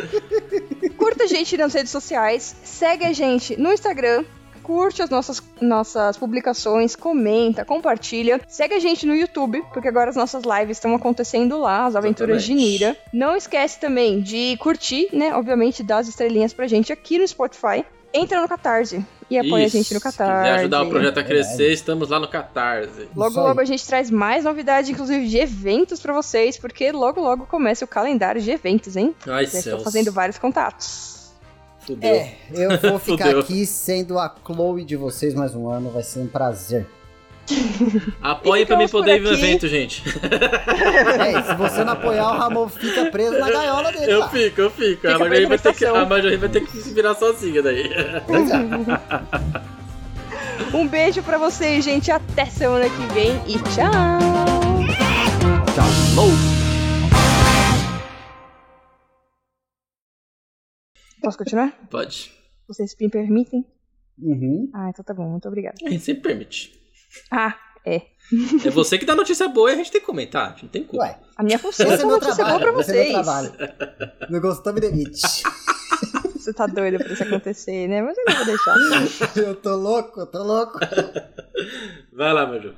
A: curta a gente nas redes sociais, segue a gente no Instagram, curte as nossas, nossas publicações, comenta, compartilha. Segue a gente no YouTube, porque agora as nossas lives estão acontecendo lá, as aventuras de
C: Exatamente.
A: Nira. Não esquece também de curtir, né? Obviamente, dar as estrelinhas pra gente aqui no Spotify. Entra no Catarse e apoia
C: Isso,
A: a gente no
C: se
A: Catarse.
C: quiser ajudar o
B: É
C: projeto a crescer, estamos lá no Catarse.
A: Logo,
B: Isso aí.
A: logo a gente traz mais novidade, inclusive de eventos pra vocês, porque logo, logo começa o calendário de eventos, hein?
C: Ai,
A: Já estou
C: céus.
A: fazendo vários contatos.
C: Fudeu.
B: É, eu vou ficar
C: Fudeu.
B: aqui sendo a Chloe de vocês mais um ano, vai ser um prazer.
C: Apoie
A: E
C: pra mim
A: ficamos
C: poder ir
A: por
C: no
A: aqui.
C: evento, gente.
B: É, e se você não apoiar, o Ramon fica preso na gaiola dele
C: Eu
B: lá.
C: fico, eu fico.
A: Fica
C: a, Marjorie
A: preso na
C: vai ter que,
A: estação.
C: a Marjorie vai ter que se virar sozinha daí.
B: Pois é.
A: Um beijo pra vocês, gente. Até semana que vem e tchau! Posso continuar?
C: Pode.
A: Vocês me permitem?
B: Uhum.
A: Ah, então tá bom. Muito obrigada.
C: A gente sempre permite.
A: Ah,
C: É você que dá notícia boa e a gente tem que comentar. A gente não tem culpa.
B: Ué,
A: a minha função é
B: esse
A: dar
B: é meu
A: notícia boa pra
B: trabalho. Esse é meu
A: vocês.
B: trabalho. Não gostou, me demite.
A: Você tá doido pra isso acontecer, né? Mas eu não vou deixar.
B: Eu tô louco, eu tô louco.
C: Vai lá, Marjorie.